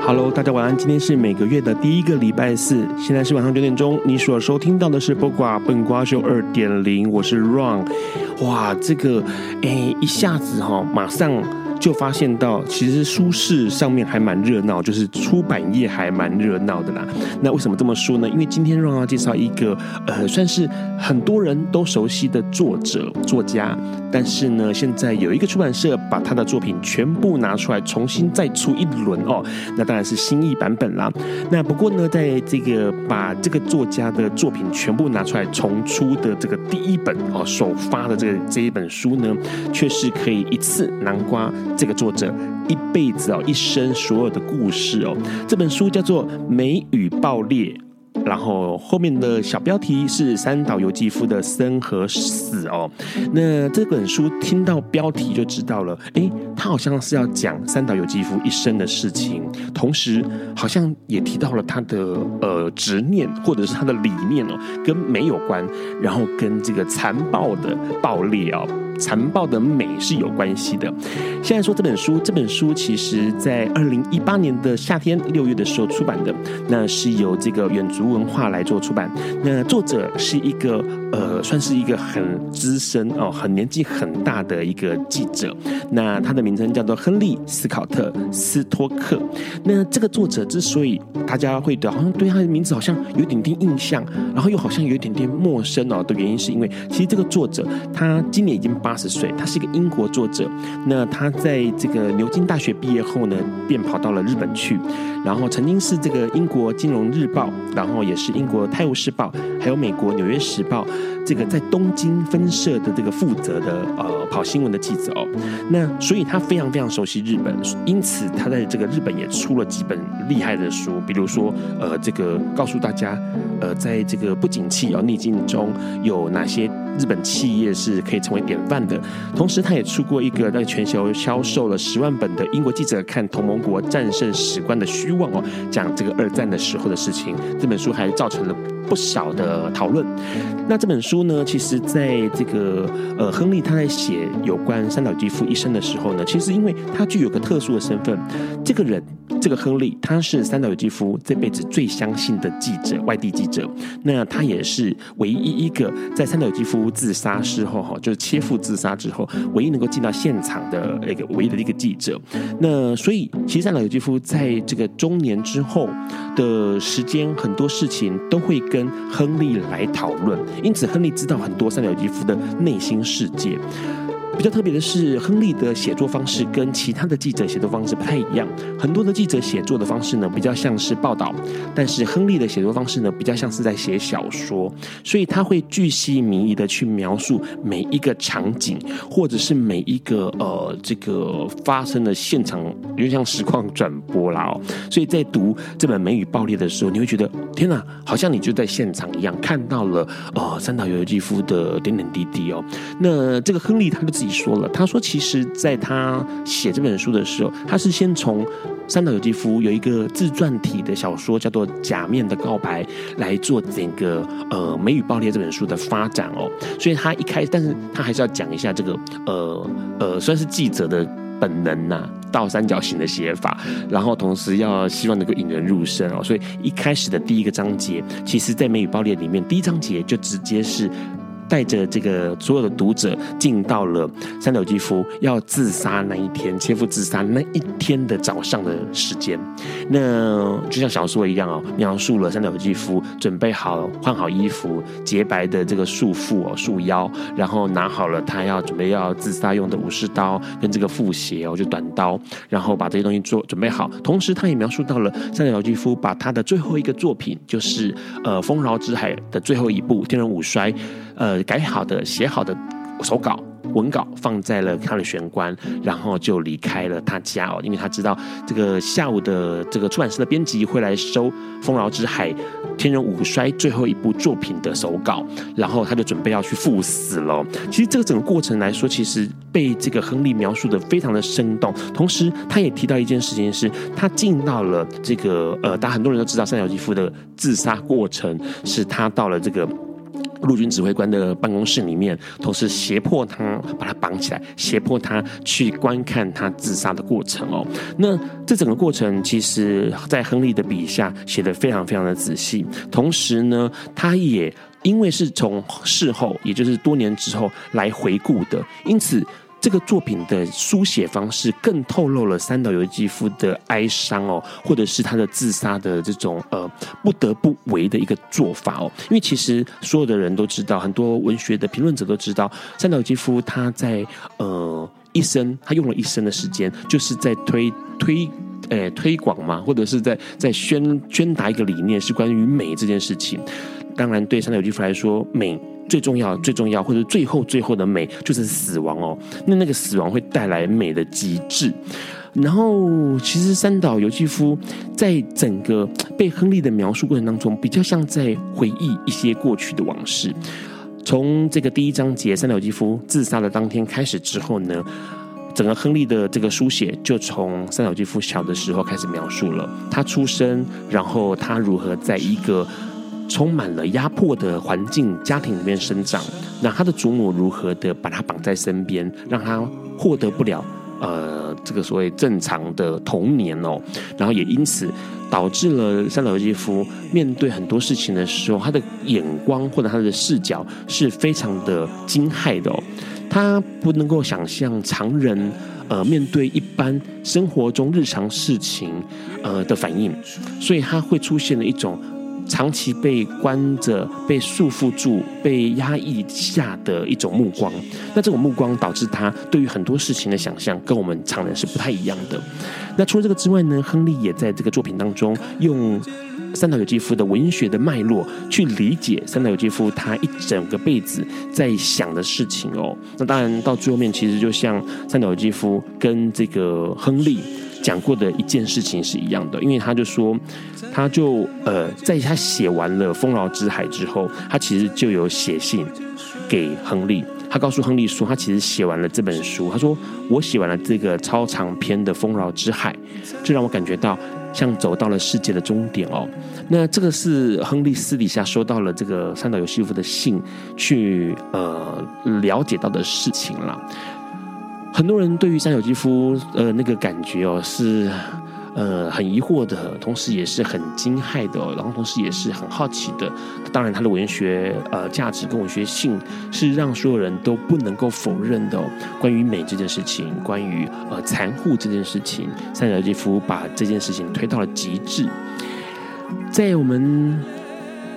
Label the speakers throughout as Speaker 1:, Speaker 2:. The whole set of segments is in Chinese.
Speaker 1: 哈喽，大家晚安。今天是每个月的第一个礼拜四，现在是晚上九点钟。你所收听到的是《播瓜笨瓜秀二点零》，我是 Ron。哇，这个哎，一下子哈、马上就发现到，其实书市上面还蛮热闹，就是出版业还蛮热闹的啦。那为什么这么说呢？因为今天 Ron 啊要介绍一个呃，算是很多人都熟悉的作者作家，但是呢，现在有一个出版社把他的作品全部拿出来，重新再出一轮哦。那当然是新译版本啦。那不过呢，在这个把这个作家的作品全部拿出来重出的这个第一本哦，首发的这个这一本书呢，却是可以一次南瓜这个作者一辈子哦一生所有的故事哦。这本书叫做《美与爆裂》。然后后面的小标题是三岛由纪夫的《生和死》哦。那这本书听到标题就知道了，诶，他好像是要讲三岛由纪夫一生的事情，同时好像也提到了他的呃执念或者是他的理念哦，跟美有关，然后跟这个残暴的暴力哦。残暴的美是有关系的。现在说这本书，这本书其实在二零一八年的夏天六月的时候出版的，那是由这个远足文化来做出版。那作者是一个呃，算是一个很资深哦，很年纪很大的一个记者。那他的名称叫做亨利·斯考特·斯托克。那这个作者之所以大家会对好像对他的名字好像有一点点印象，然后又好像有一点点陌生哦的原因，是因为其实这个作者他今年已经八十岁，他是一个英国作者。那他在这个牛津大学毕业后呢，便跑到了日本去，然后曾经是这个英国金融日报，然后也是英国泰晤士报，还有美国纽约时报这个在东京分社的这个负责的呃跑新闻的记者哦。那所以他非常非常熟悉日本，因此他在这个日本也出了几本厉害的书，比如说呃这个告诉大家，呃在这个不景气哦逆境中有哪些日本企业是可以成为典范的。同时，他也出过一个在全球销售了十万本的英国记者看同盟国战胜史观的虚妄哦，讲这个二战的时候的事情。这本书还造成了不少的讨论。那这本书呢，其实在这个呃，亨利他在写有关三岛由纪夫一生的时候呢，其实因为他具有个特殊的身份，这个人，这个亨利，他是三岛由纪夫这辈子最相信的记者，外地记者。那他也是唯一一个在三岛由纪夫自杀之后，哈，就是切腹自杀之后，唯一能够进到现场的那个唯一的一个记者。那所以，其实三岛由纪夫在这个中年之后的时间，很多事情都会跟亨利来讨论，因此亨利知道很多三岛由纪夫的内心世界。比较特别的是，亨利的写作方式跟其他的记者写作方式不太一样。很多的记者写作的方式呢，比较像是报道，但是亨利的写作方式呢，比较像是在写小说，所以他会巨细靡遗的去描述每一个场景，或者是每一个呃这个发生的现场，有点像实况转播啦哦。所以在读这本《美语爆裂》的时候，你会觉得天哪，好像你就在现场一样，看到了呃三岛由纪夫的点点滴滴哦。那这个亨利他就自己说了，他说其实在他写这本书的时候，他是先从三岛由纪夫有一个自传体的小说叫做《假面的告白》来做整个呃《美与爆裂》这本书的发展哦。所以他一开始，但是他还是要讲一下这个呃呃，算是记者的本能呐、倒三角形的写法，然后同时要希望能够引人入胜哦。所以一开始的第一个章节，其实在《美与爆裂》里面，第一章节就直接是。带着这个所有的读者进到了三柳基夫啊要自杀那一天，切腹自杀那一天的早上的时间。那就像小说一样哦，描述了三柳基夫准备好换好衣服，洁白的这个束缚哦束腰，然后拿好了他要准备要自杀用的武士刀跟这个副鞋哦就短刀，然后把这些东西做准备好。同时，他也描述到了三柳基夫把他的最后一个作品，就是呃《丰饶之海》的最后一部《天人五衰》，呃改好的写好的手稿。文稿放在了他的玄关，然后就离开了他家哦，因为他知道这个下午的这个出版社的编辑会来收《丰饶之海》《天人五衰》最后一部作品的手稿，然后他就准备要去赴死了。其实这个整个过程来说，其实被这个亨利描述的非常的生动，同时他也提到一件事情是，他进到了这个呃，大家很多人都知道三角肌夫的自杀过程是他到了这个。陆军指挥官的办公室里面，同时胁迫他把他绑起来，胁迫他去观看他自杀的过程哦。那这整个过程，其实在亨利的笔下写的非常非常的仔细，同时呢，他也因为是从事后，也就是多年之后来回顾的，因此。这个作品的书写方式更透露了三岛由纪夫的哀伤哦，或者是他的自杀的这种呃不得不为的一个做法哦。因为其实所有的人都知道，很多文学的评论者都知道，三岛由纪夫他在呃一生，他用了一生的时间，就是在推推。诶、推广嘛，或者是在在宣宣达一个理念，是关于美这件事情。当然，对三柳基夫来说，美最重要、最重要，或者最后最后的美就是死亡哦。那那个死亡会带来美的极致。然后，其实三岛由纪夫在整个被亨利的描述过程当中，比较像在回忆一些过去的往事。从这个第一章节，三岛由纪夫自杀的当天开始之后呢，整个亨利的这个书写就从三岛由纪夫小的时候开始描述了他出生，然后他如何在一个充满了压迫的环境家庭里面生长，那他的祖母如何的把他绑在身边，让他获得不了呃这个所谓正常的童年哦，然后也因此导致了三岛由纪夫面对很多事情的时候，他的眼光或者他的视角是非常的惊骇的哦，他不能够想象常人。呃，面对一般生活中日常事情，呃的反应，所以他会出现了一种长期被关着、被束缚住、被压抑下的一种目光。那这种目光导致他对于很多事情的想象跟我们常人是不太一样的。那除了这个之外呢，亨利也在这个作品当中用。三岛由纪夫的文学的脉络，去理解三岛由纪夫他一整个辈子在想的事情哦。那当然到最后面，其实就像三岛由纪夫跟这个亨利讲过的一件事情是一样的，因为他就说，他就呃，在他写完了《丰饶之海》之后，他其实就有写信给亨利。他告诉亨利说，他其实写完了这本书。他说：“我写完了这个超长篇的《丰饶之海》，这让我感觉到像走到了世界的终点哦。”那这个是亨利私底下收到了这个三岛由纪夫的信，去呃了解到的事情啦。很多人对于三岛由纪夫呃那个感觉哦是。呃，很疑惑的，同时也是很惊骇的哦、然后同时也是很好奇的。当然，他的文学呃价值跟文学性是让所有人都不能够否认的、哦。关于美这件事情，关于呃残酷这件事情，三岛由纪夫把这件事情推到了极致。在我们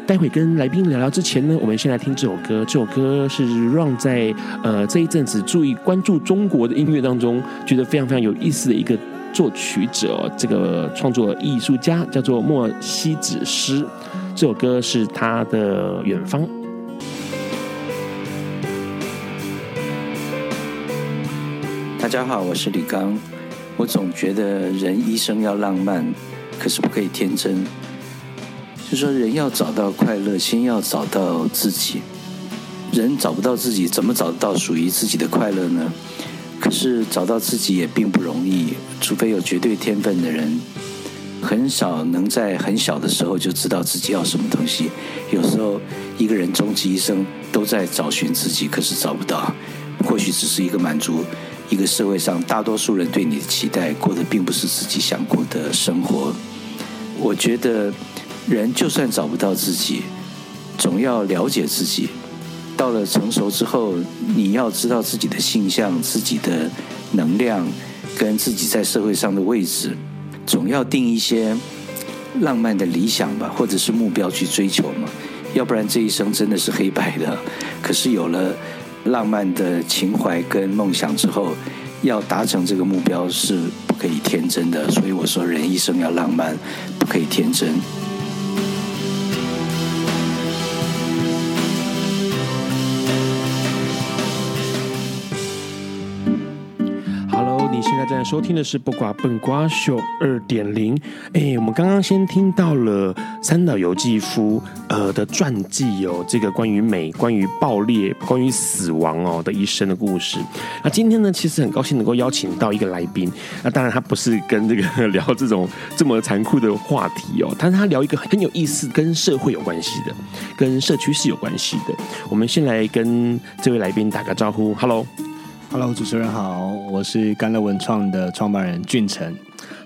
Speaker 1: 待会跟来宾聊聊之前呢，我们先来听这首歌。这首歌是 Ron 在呃这一阵子注意关注中国的音乐当中，觉得非常非常有意思的一个作曲者哦，这个创作艺术家叫做莫西子诗。这首歌是他的《远方》。
Speaker 2: 大家好，我是李刚。我总觉得人一生要浪漫，可是不可以天真。就说人要找到快乐，先要找到自己。人找不到自己，怎么找得到属于自己的快乐呢？可是找到自己也并不容易，除非有绝对天分的人，很少能在很小的时候就知道自己要什么东西。有时候一个人终其一生都在找寻自己，可是找不到，或许只是一个满足一个社会上大多数人对你的期待，过的并不是自己想过的生活。我觉得人就算找不到自己，总要了解自己，到了成熟之后，你要知道自己的性向、自己的能量跟自己在社会上的位置，总要定一些浪漫的理想吧，或者是目标去追求嘛。要不然这一生真的是黑白的。可是有了浪漫的情怀跟梦想之后，要达成这个目标是不可以天真的。所以我说，人一生要浪漫，不可以天真。
Speaker 3: Hello，你现在正在收听的是《不瓜笨瓜秀》二点零。哎，我们刚刚先听到了三岛由纪夫呃的传记哦，这个关于美、关于爆裂、关于死亡哦的一生的故事。那今天呢，其实很高兴能够邀请到一个来宾。那当然他不是跟这个聊这种这么残酷的话题哦，但是他聊一个很有意思、跟社会有关系的，跟社区是有关系的。我们先来跟这位来宾打个招呼，Hello。
Speaker 4: Hello，主持人好，我是甘乐文创的创办人俊成。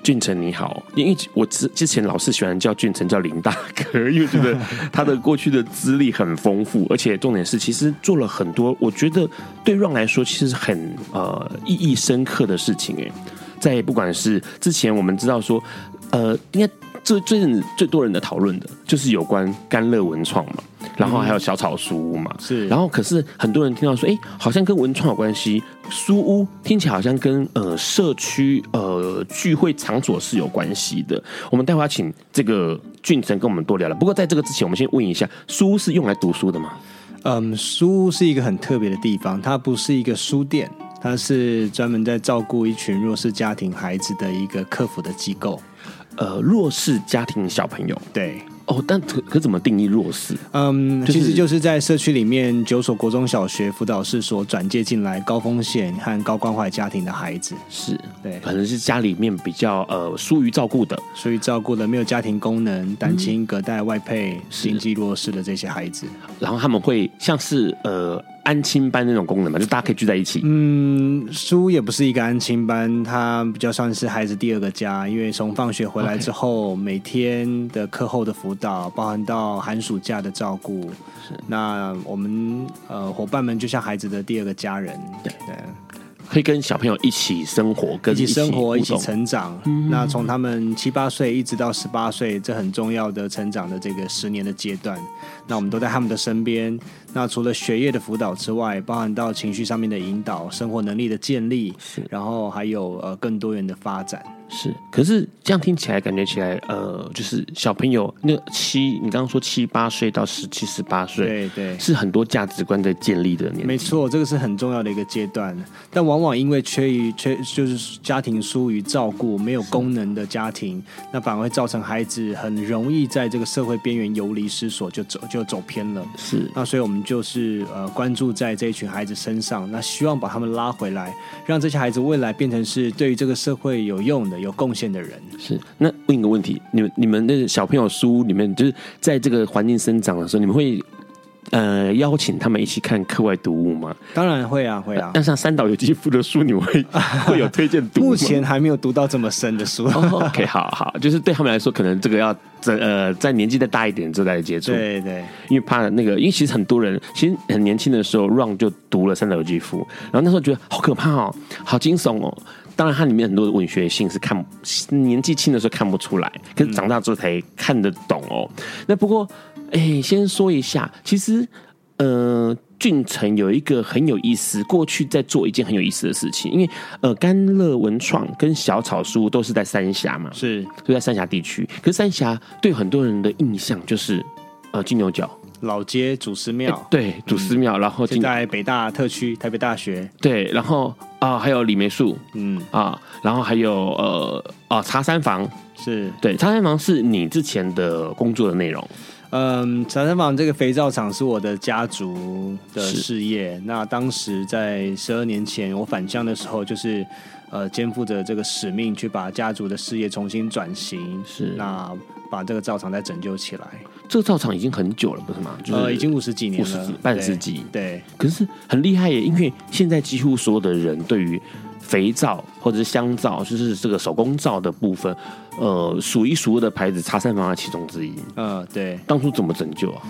Speaker 3: 俊成你好，因为我之之前老是喜欢叫俊成叫林大哥，因为觉得他的过去的资历很丰富，而且重点是其实做了很多，我觉得对 Run 来说其实很呃意义深刻的事情哎，在不管是之前我们知道说，呃，应该最最近最多人的讨论的就是有关甘乐文创嘛，然后还有小草书屋嘛，
Speaker 4: 是
Speaker 3: 然后可嗯是很多人听到说，哎、好像跟文创有关系，书屋听起来好像跟呃社区呃聚会场所是有关系的。我们待会要请这个俊成跟我们多聊聊。不过在这个之前，我们先问一下，书屋是用来读书的吗？
Speaker 4: 嗯，书屋是一个很特别的地方，它不是一个书店，它是专门在照顾一群弱势家庭孩子的一个客服的机构。
Speaker 3: 呃，弱势家庭小朋友
Speaker 4: 对，
Speaker 3: 哦，但可可怎么定义弱势？
Speaker 4: 嗯，
Speaker 3: 就是
Speaker 4: 其实就是在社区里面九所国中小学辅导室所转介进来高风险和高关怀家庭的孩子，
Speaker 3: 是
Speaker 4: 对，
Speaker 3: 可能是家里面比较呃疏于照顾的，
Speaker 4: 所以照顾了没有家庭功能、单亲、隔代、外配、经济弱势的这些孩子。
Speaker 3: 然后他们会像是呃安亲班那种功能嘛，就大家可以聚在一起。
Speaker 4: 嗯，书也不是一个安亲班，它比较算是孩子第二个家，因为从放学回来之后每天的课后的辅导，包含到寒暑假的照顾。那我们呃伙伴们就像孩子的第二个家人，对，
Speaker 3: 可以跟小朋友一起生活，跟
Speaker 4: 一起生活，一起
Speaker 3: 互动
Speaker 4: 成长。那从他们七八岁一直到十八岁，这很重要的成长的这个十年的阶段，那我们都在他们的身边。那除了学业的辅导之外，包含到情绪上面的引导、生活能力的建立，然后还有呃更多元的发展。
Speaker 3: 是，可是这样听起来，感觉起来，呃，就是小朋友那个七，你刚刚说七八岁到十七、十八岁，
Speaker 4: 对对。
Speaker 3: 是很多价值观在建立的年
Speaker 4: 没
Speaker 3: 纪。
Speaker 4: 错，这个是很重要的一个阶段，但往往因为缺于缺就是家庭疏于照顾、没有功能的家庭，那反而会造成孩子很容易在这个社会边缘游离失所，就走就走偏了。
Speaker 3: 是
Speaker 4: 那所以我们就是呃关注在这一群孩子身上，那希望把他们拉回来，让这些孩子未来变成是对于这个社会有用的、有贡献的人。
Speaker 3: 是。那问一个问题，你们你们的小朋友书里面，就是在这个环境生长的时候，你们会呃邀请他们一起看课外读物吗？
Speaker 4: 当然会啊，会啊。
Speaker 3: 那像三岛由纪夫的书，你们 会会有推荐读吗？
Speaker 4: 目前还没有读到这么深的书。
Speaker 3: 呃哦 OK，好好，就是对他们来说，可能这个要在呃在年纪再大一点之后再来接触。
Speaker 4: 对对，
Speaker 3: 因为怕那个，因为其实很多人其实很年轻的时候，Run 就读了三岛由纪夫，然后那时候觉得好可怕哦，好惊悚哦。当然，它里面很多的文学性是看年纪轻的时候看不出来，可是长大之后才看得懂哦。那不过，哎，先说一下，其实呃，俊成有一个很有意思，过去在做一件很有意思的事情，因为呃，甘乐文创跟小草书屋都是在三峡嘛，
Speaker 4: 是
Speaker 3: 就在三峡地区。可是三峡对很多人的印象就是呃金牛角。
Speaker 4: 老街祖师庙，
Speaker 3: 哎
Speaker 4: 嗯
Speaker 3: 对，祖师庙，然后
Speaker 4: 现
Speaker 3: 进
Speaker 4: 在北大特区、台北大学，
Speaker 3: 对，然后啊、还有李梅树
Speaker 4: 嗯，
Speaker 3: 啊，然后还有呃啊茶山房，
Speaker 4: 是，
Speaker 3: 对，茶山房是你之前的工作的内容，
Speaker 4: 嗯，茶山坊这个肥皂厂是我的家族的
Speaker 3: 是
Speaker 4: 事业。那当时在十二年前我返乡的时候，就是呃肩负着这个使命，去把家族的事业重新转型，
Speaker 3: 是
Speaker 4: 那把这个皂厂再拯救起来。
Speaker 3: 这个造厂已经很久了，不是吗？就是、
Speaker 4: 呃，已经五十几年
Speaker 3: 五十
Speaker 4: 了
Speaker 3: 几，半世纪，
Speaker 4: 对。对
Speaker 3: 可是很厉害耶，因为现在几乎所有的人对于肥皂或者是香皂，就是这个手工皂的部分，呃，数一数二的牌子，茶三房的其中之一。
Speaker 4: 嗯，对，
Speaker 3: 当初怎么拯救啊？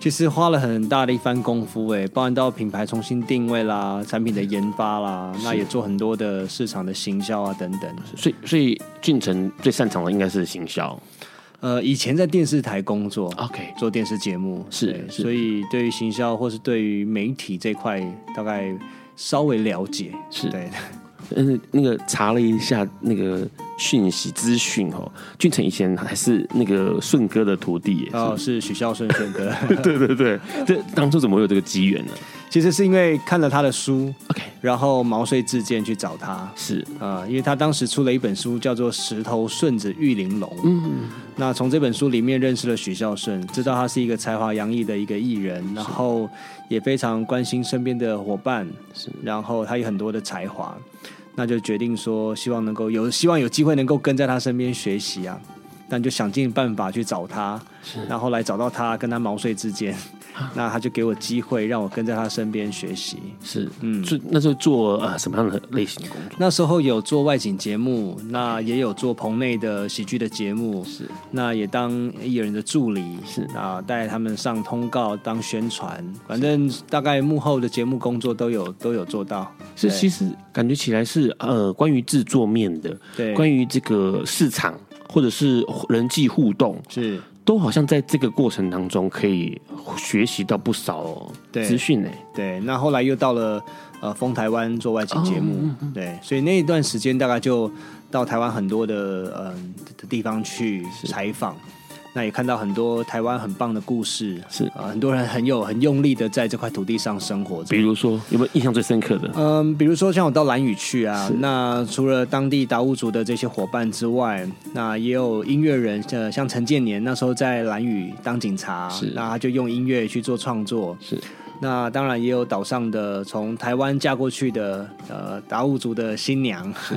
Speaker 4: 其实花了很大的一番功夫诶，包含到品牌重新定位啦、产品的研发啦，那也做很多的市场的行销啊等等。
Speaker 3: 所以，所以俊成最擅长的应该是行销。
Speaker 4: 呃，以前在电视台工作
Speaker 3: OK，
Speaker 4: 做电视节目
Speaker 3: 是
Speaker 4: 对
Speaker 3: 是
Speaker 4: 所以对于行销或是对于媒体这块，大概稍微了解，
Speaker 3: 是
Speaker 4: 对，
Speaker 3: 嗯，那个查了一下那个讯息资讯哦，俊成以前还是那个顺哥的徒弟耶。
Speaker 4: 然后
Speaker 3: 是
Speaker 4: 是许孝顺选哥，
Speaker 3: 不是 对对对，这当初怎么会有这个机缘呢
Speaker 4: 其实是因为看了他的书，
Speaker 3: ？OK，
Speaker 4: 然后毛遂自荐去找他。
Speaker 3: 是
Speaker 4: 啊、因为他当时出了一本书，叫做《石头顺子玉玲珑》。嗯，那从这本书里面认识了许孝顺，知道他是一个才华洋溢的一个艺人，然后也非常关心身边的伙伴，
Speaker 3: 是
Speaker 4: 然后他有很多的才华，那就决定说，希望能够有希望有机会能够跟在他身边学习啊，那你就想尽办法去找他，然后来找到他，跟他毛遂自荐，那他就给我机会让我跟在他身边学习。
Speaker 3: 是，嗯，就那时候做呃什么样的类型的工作？
Speaker 4: 那时候有做外景节目，那也有做棚内的喜剧的节目，
Speaker 3: 是
Speaker 4: 那也当艺人的助理，是啊，带他们上通告、当宣传，反正大概幕后的节目工作都有都有做到。
Speaker 3: 是，
Speaker 4: 对
Speaker 3: 其实感觉起来是呃关于制作面的，
Speaker 4: 对，
Speaker 3: 关于这个市场或者是人际互动，
Speaker 4: 是
Speaker 3: 都好像在这个过程当中可以学习到不少
Speaker 4: 对
Speaker 3: 资讯呢。
Speaker 4: 对，那后来又到了呃风台湾做外景节
Speaker 3: 哦
Speaker 4: 目，
Speaker 3: 嗯
Speaker 4: 对，所以那一段时间大概就到台湾很多的嗯、的地方去采访，那也看到很多台湾很棒的故事，
Speaker 3: 是
Speaker 4: 啊、很多人很有很用力的在这块土地上生活着。
Speaker 3: 比如说，有没有印象最深刻的？
Speaker 4: 嗯，比如说像我到兰屿去啊，那除了当地达悟族的这些伙伴之外，那也有音乐人，呃，像陈建年那时候在兰屿当警察，
Speaker 3: 是
Speaker 4: 那他就用音乐去做创作。
Speaker 3: 是，
Speaker 4: 那当然也有岛上的从台湾嫁过去的呃达悟族的新娘，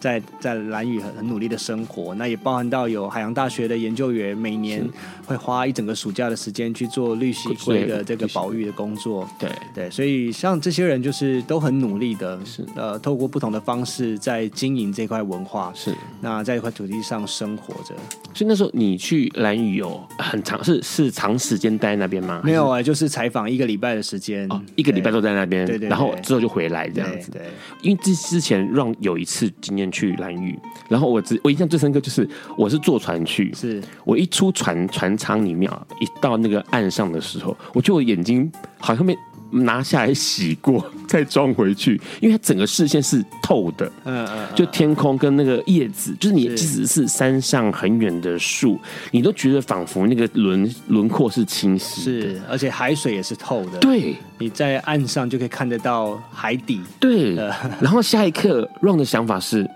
Speaker 4: 在在兰屿很很努力的生活。那也包含到有海洋大学的研究员，每年会花一整个暑假的时间去做绿蜥龟的这个保育的工作。
Speaker 3: 对，
Speaker 4: 对，所以像这些人就是都很努力的，
Speaker 3: 是
Speaker 4: 呃，透过不同的方式在经营这块文化，
Speaker 3: 是。
Speaker 4: 那在这块土地上生活着。
Speaker 3: 所以那时候你去兰屿有很长是是长时间待在那边吗？
Speaker 4: 没有啊、就是采访一个礼拜的时间，
Speaker 3: 哦，一个礼拜都在那边
Speaker 4: 对对，对
Speaker 3: 然后之后就回来这
Speaker 4: 对
Speaker 3: 样子。
Speaker 4: 对，
Speaker 3: 因为之之前让有一次经验去兰屿，然后我只我印象最深刻就是我是坐船去，
Speaker 4: 是
Speaker 3: 我一出船船舱里面啊，一到那个岸上的时候，我觉得我眼睛好像被拿下来洗过，再装回去，因为它整个视线是透的，
Speaker 4: 嗯嗯，
Speaker 3: 就天空跟那个叶子，就是你
Speaker 4: 是
Speaker 3: 即使是山上很远的树，你都觉得仿佛那个轮轮廓是清晰的。
Speaker 4: 是，而且海水也是透的，，
Speaker 3: 对
Speaker 4: 你在岸上就可以看得到海底，
Speaker 3: 对， 然后下一刻，Ron 的想法是，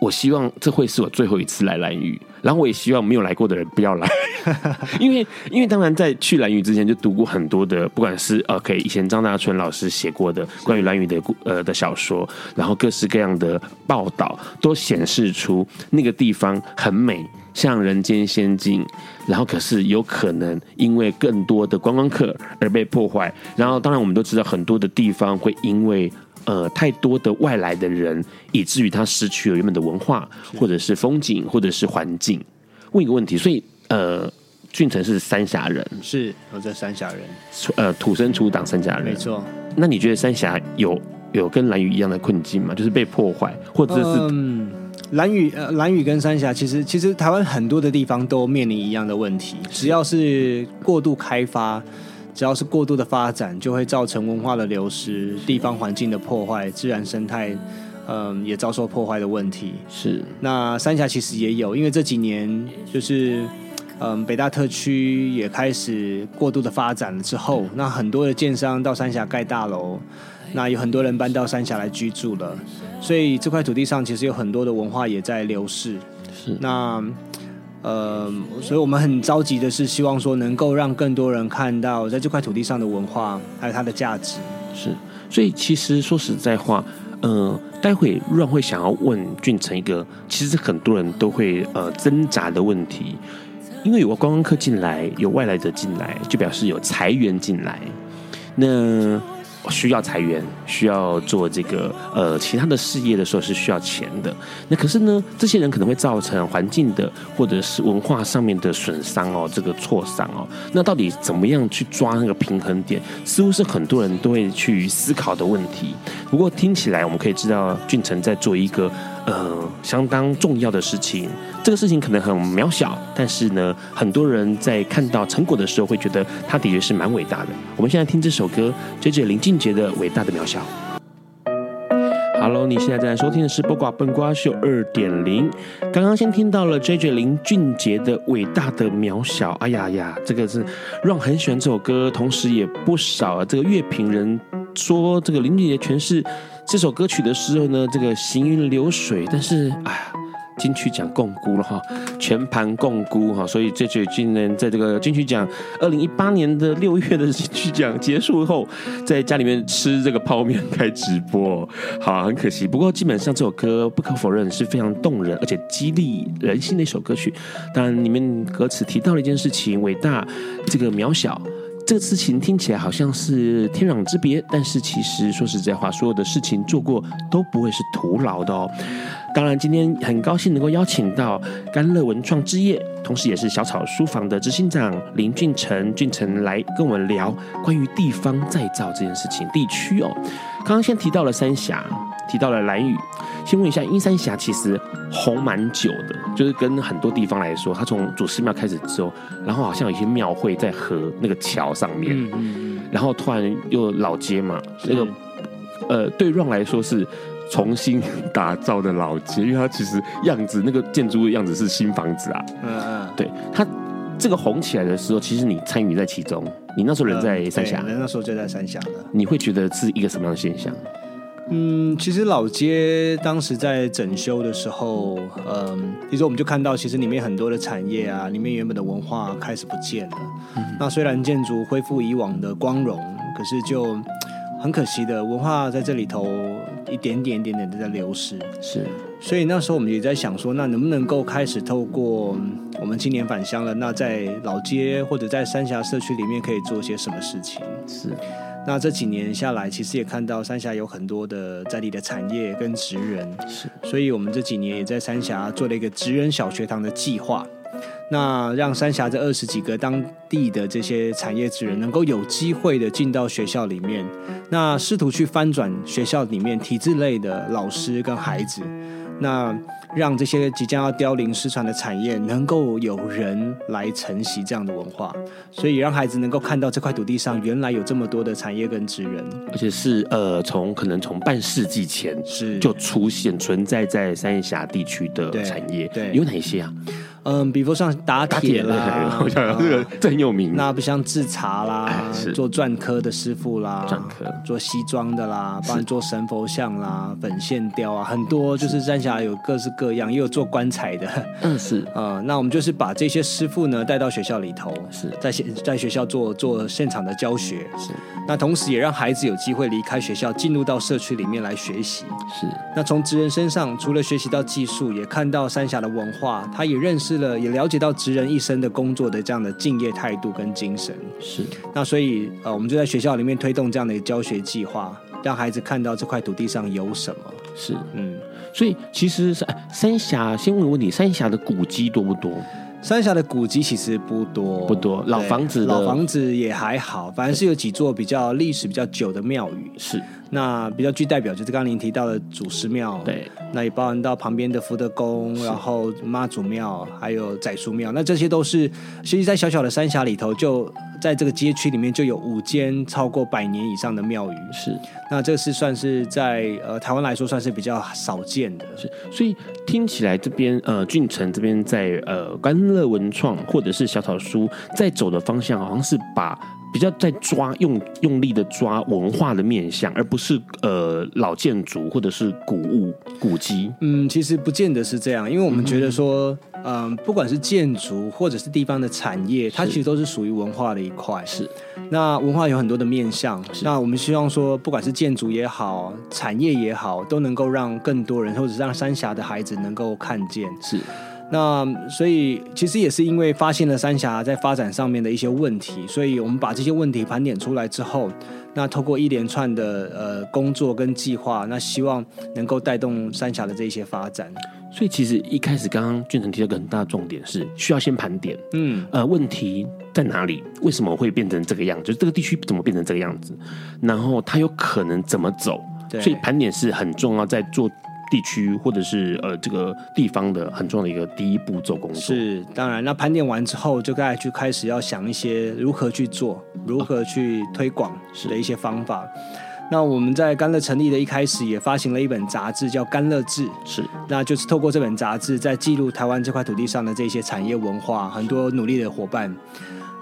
Speaker 3: 我希望这会是我最后一次来兰屿，然后我也希望没有来过的人不要来，因为因为当然在去兰屿之前就读过很多的，不管是呃，可以以前张大春老师写过的关于兰屿的故呃的小说，然后各式各样的报道都显示出那个地方很美。像人间仙境，然后可是有可能因为更多的观光客而被破坏。然后，当然我们都知道，很多的地方会因为呃太多的外来的人，以至于他失去了原本的文化，或者是风景，或者是环境。问一个问题，所以呃，俊成是三峡人，
Speaker 4: 是有这三峡人，
Speaker 3: 出呃，土生土长三峡
Speaker 4: 没
Speaker 3: 人。
Speaker 4: 错，
Speaker 3: 那你觉得三峡有有跟蓝屿一样的困境吗？就是被破坏，或者是、
Speaker 4: 嗯。蓝屿呃，蓝屿跟三峡，其实其实台湾很多的地方都面临一样的问题，只要是过度开发，只要是过度的发展，就会造成文化的流失、地方环境的破坏、自然生态，嗯、也遭受破坏的问题。
Speaker 3: 是
Speaker 4: 那三峡其实也有，因为这几年就是，嗯，北大特区也开始过度的发展了之后，那很多的建商到三峡盖大楼，那有很多人搬到三峡来居住了，所以这块土地上其实有很多的文化也在流逝。
Speaker 3: 是
Speaker 4: 那，呃，所以我们很着急的是希望说能够让更多人看到在这块土地上的文化还有它的价值。
Speaker 3: 是，所以其实说实在话，呃，待会 Run 会想要问俊成一个，其实很多人都会呃挣扎的问题，因为有观光客进来，有外来者进来，就表示有财源进来。那需要裁员，需要做这个呃其他的事业的时候是需要钱的。那可是呢，这些人可能会造成环境的或者是文化上面的损伤哦，这个挫伤哦。那到底怎么样去抓那个平衡点，似乎是很多人都会去思考的问题。不过听起来我们可以知道，俊成在做一个呃相当重要的事情。这个事情可能很渺小，但是呢，很多人在看到成果的时候，会觉得他的确是蛮伟大的。我们现在听这首歌，J J 林俊杰的《伟大的渺小》。Hello，你现在正在收听的是《八卦笨瓜秀》二点零。刚刚先听到了 J J 林俊杰的《伟大的渺小》，哎呀呀，这个是让很喜欢这首歌，同时也不少啊这个乐评人说这个林俊杰诠释这首歌曲的时候呢，这个行云流水，但是哎呀。金曲奖共估了哈，全盘共估哈，所以这局今年在这个金曲奖二零一八年的六月的金曲奖结束后，在家里面吃这个泡面开直播，好，很可惜。不过基本上这首歌不可否认是非常动人，而且激励人心的一首歌曲。当然，里面歌词提到了一件事情：伟大，这个渺小。这个事情听起来好像是天壤之别，但是其实说实在话，所有的事情做过都不会是徒劳的哦。当然，今天很高兴能够邀请到甘乐文创之夜，同时也是小草书房的执行长林俊成，俊成来跟我们聊关于地方再造这件事情，地区哦。刚刚先提到了三峡，提到了蓝屿，先问一下，因三峡其实红蛮久的，就是跟很多地方来说，它从祖师庙开始之后，然后好像有一些庙会在河那个桥上面，
Speaker 4: 嗯嗯
Speaker 3: 然后突然又老街嘛，那个呃，对 Run 来说是重新打造的老街，因为它其实样子那个建筑物的样子是新房子啊，
Speaker 4: 嗯嗯，
Speaker 3: 对它这个红起来的时候，其实你参与在其中，你那时候人在三峡，
Speaker 4: 对人那时候就在三峡了。
Speaker 3: 你会觉得是一个什么样的现象？
Speaker 4: 嗯，其实老街当时在整修的时候，嗯，其实我们就看到，其实里面很多的产业啊，里面原本的文化开始不见了。那虽然建筑恢复以往的光荣，可是就很可惜的，文化在这里头一点点、一点点的在流失。
Speaker 3: 是
Speaker 4: 所以那时候我们也在想说，那能不能够开始透过嗯我们今年返乡了，那在老街或者在三峡社区里面可以做些什么事情？
Speaker 3: 是，
Speaker 4: 那这几年下来，其实也看到三峡有很多的在地的产业跟职人，
Speaker 3: 是，
Speaker 4: 所以我们这几年也在三峡做了一个职人小学堂的计划。那让三峡这二十几个当地的这些产业职人能够有机会的进到学校里面，那试图去翻转学校里面体制类的老师跟孩子，那让这些即将要凋零失传的产业能够有人来承袭这样的文化，所以让孩子能够看到这块土地上原来有这么多的产业跟职人，
Speaker 3: 而且是呃，从可能从半世纪前
Speaker 4: 是
Speaker 3: 就出现存在在三峡地区的
Speaker 4: 对
Speaker 3: 产业，
Speaker 4: 对
Speaker 3: 有哪些啊？
Speaker 4: 嗯，比如说像打
Speaker 3: 打
Speaker 4: 铁
Speaker 3: 类
Speaker 4: 啦嗯
Speaker 3: 的，我，想想这个这很有名。
Speaker 4: 那不像制茶啦
Speaker 3: 哎是，
Speaker 4: 做篆刻的师傅啦，
Speaker 3: 篆刻
Speaker 4: 做西装的啦，帮你做神佛像啦、粉线雕啊，很多就是三峡有各式各样，也有做棺材的。
Speaker 3: 嗯是
Speaker 4: 呃，那我们就是把这些师傅呢带到学校里头，
Speaker 3: 是
Speaker 4: 在现在学校做做现场的教学，
Speaker 3: 是
Speaker 4: 那同时也让孩子有机会离开学校，进入到社区里面来学习。
Speaker 3: 是
Speaker 4: 那从职人身上，除了学习到技术，也看到三峡的文化，他也认识了，也了解到职人一生的工作的这样的敬业态度跟精神。
Speaker 3: 是
Speaker 4: 那所以，呃，我们就在学校里面推动这样的教学计划，让孩子看到这块土地上有什么。
Speaker 3: 是，
Speaker 4: 嗯，
Speaker 3: 所以其实是哎三峡，先问个问题，三峡的古迹多不多？
Speaker 4: 三峡的古迹其实不多，
Speaker 3: 不多老
Speaker 4: 对
Speaker 3: 房子的
Speaker 4: 老房子也还好，反正是有几座比较历史比较久的庙宇。
Speaker 3: 是
Speaker 4: 那比较具代表就是刚刚您提到的祖师庙，
Speaker 3: 对，
Speaker 4: 那也包含到旁边的福德宫，然后妈祖庙，还有宰叔庙，那这些都是，其实，在小小的三峡里头就，在这个街区里面就有五间超过百年以上的庙宇，
Speaker 3: 是
Speaker 4: 那这是算是在呃台湾来说算是比较少见的，
Speaker 3: 是，所以听起来这边呃俊成这边在呃甘乐文创或者是小草书在走的方向，好像是把。比较在抓用用力的抓文化的面向，而不是呃老建筑或者是古物古迹。
Speaker 4: 嗯，其实不见得是这样，因为我们觉得说，嗯、不管是建筑或者是地方的产业，它
Speaker 3: 是
Speaker 4: 其实都是属于文化的一块。
Speaker 3: 是，
Speaker 4: 那文化有很多的面向，那我们希望说，不管是建筑也好，产业也好，都能够让更多人，或者是让三峡的孩子能够看见。
Speaker 3: 是
Speaker 4: 那所以其实也是因为发现了三峡在发展上面的一些问题，所以我们把这些问题盘点出来之后，那透过一连串的呃工作跟计划，那希望能够带动三峡的这一些发展。
Speaker 3: 所以其实一开始刚刚俊成提到一个很大的重点是需要先盘点，
Speaker 4: 嗯，
Speaker 3: 呃，问题在哪里？为什么会变成这个样子？就是这个地区怎么变成这个样子？然后它有可能怎么走？
Speaker 4: 对
Speaker 3: 所以盘点是很重要，在做地区或者是呃这个地方的很重要的一个第一步做工作。
Speaker 4: 是，当然，那盘点完之后，就该去开始要想一些如何去做、如何去推广的一些方法。那我们在甘乐成立的一开始，也发行了一本杂志，叫《甘乐志》，
Speaker 3: 是
Speaker 4: 那就是透过这本杂志，在记录台湾这块土地上的这些产业文化，很多努力的伙伴。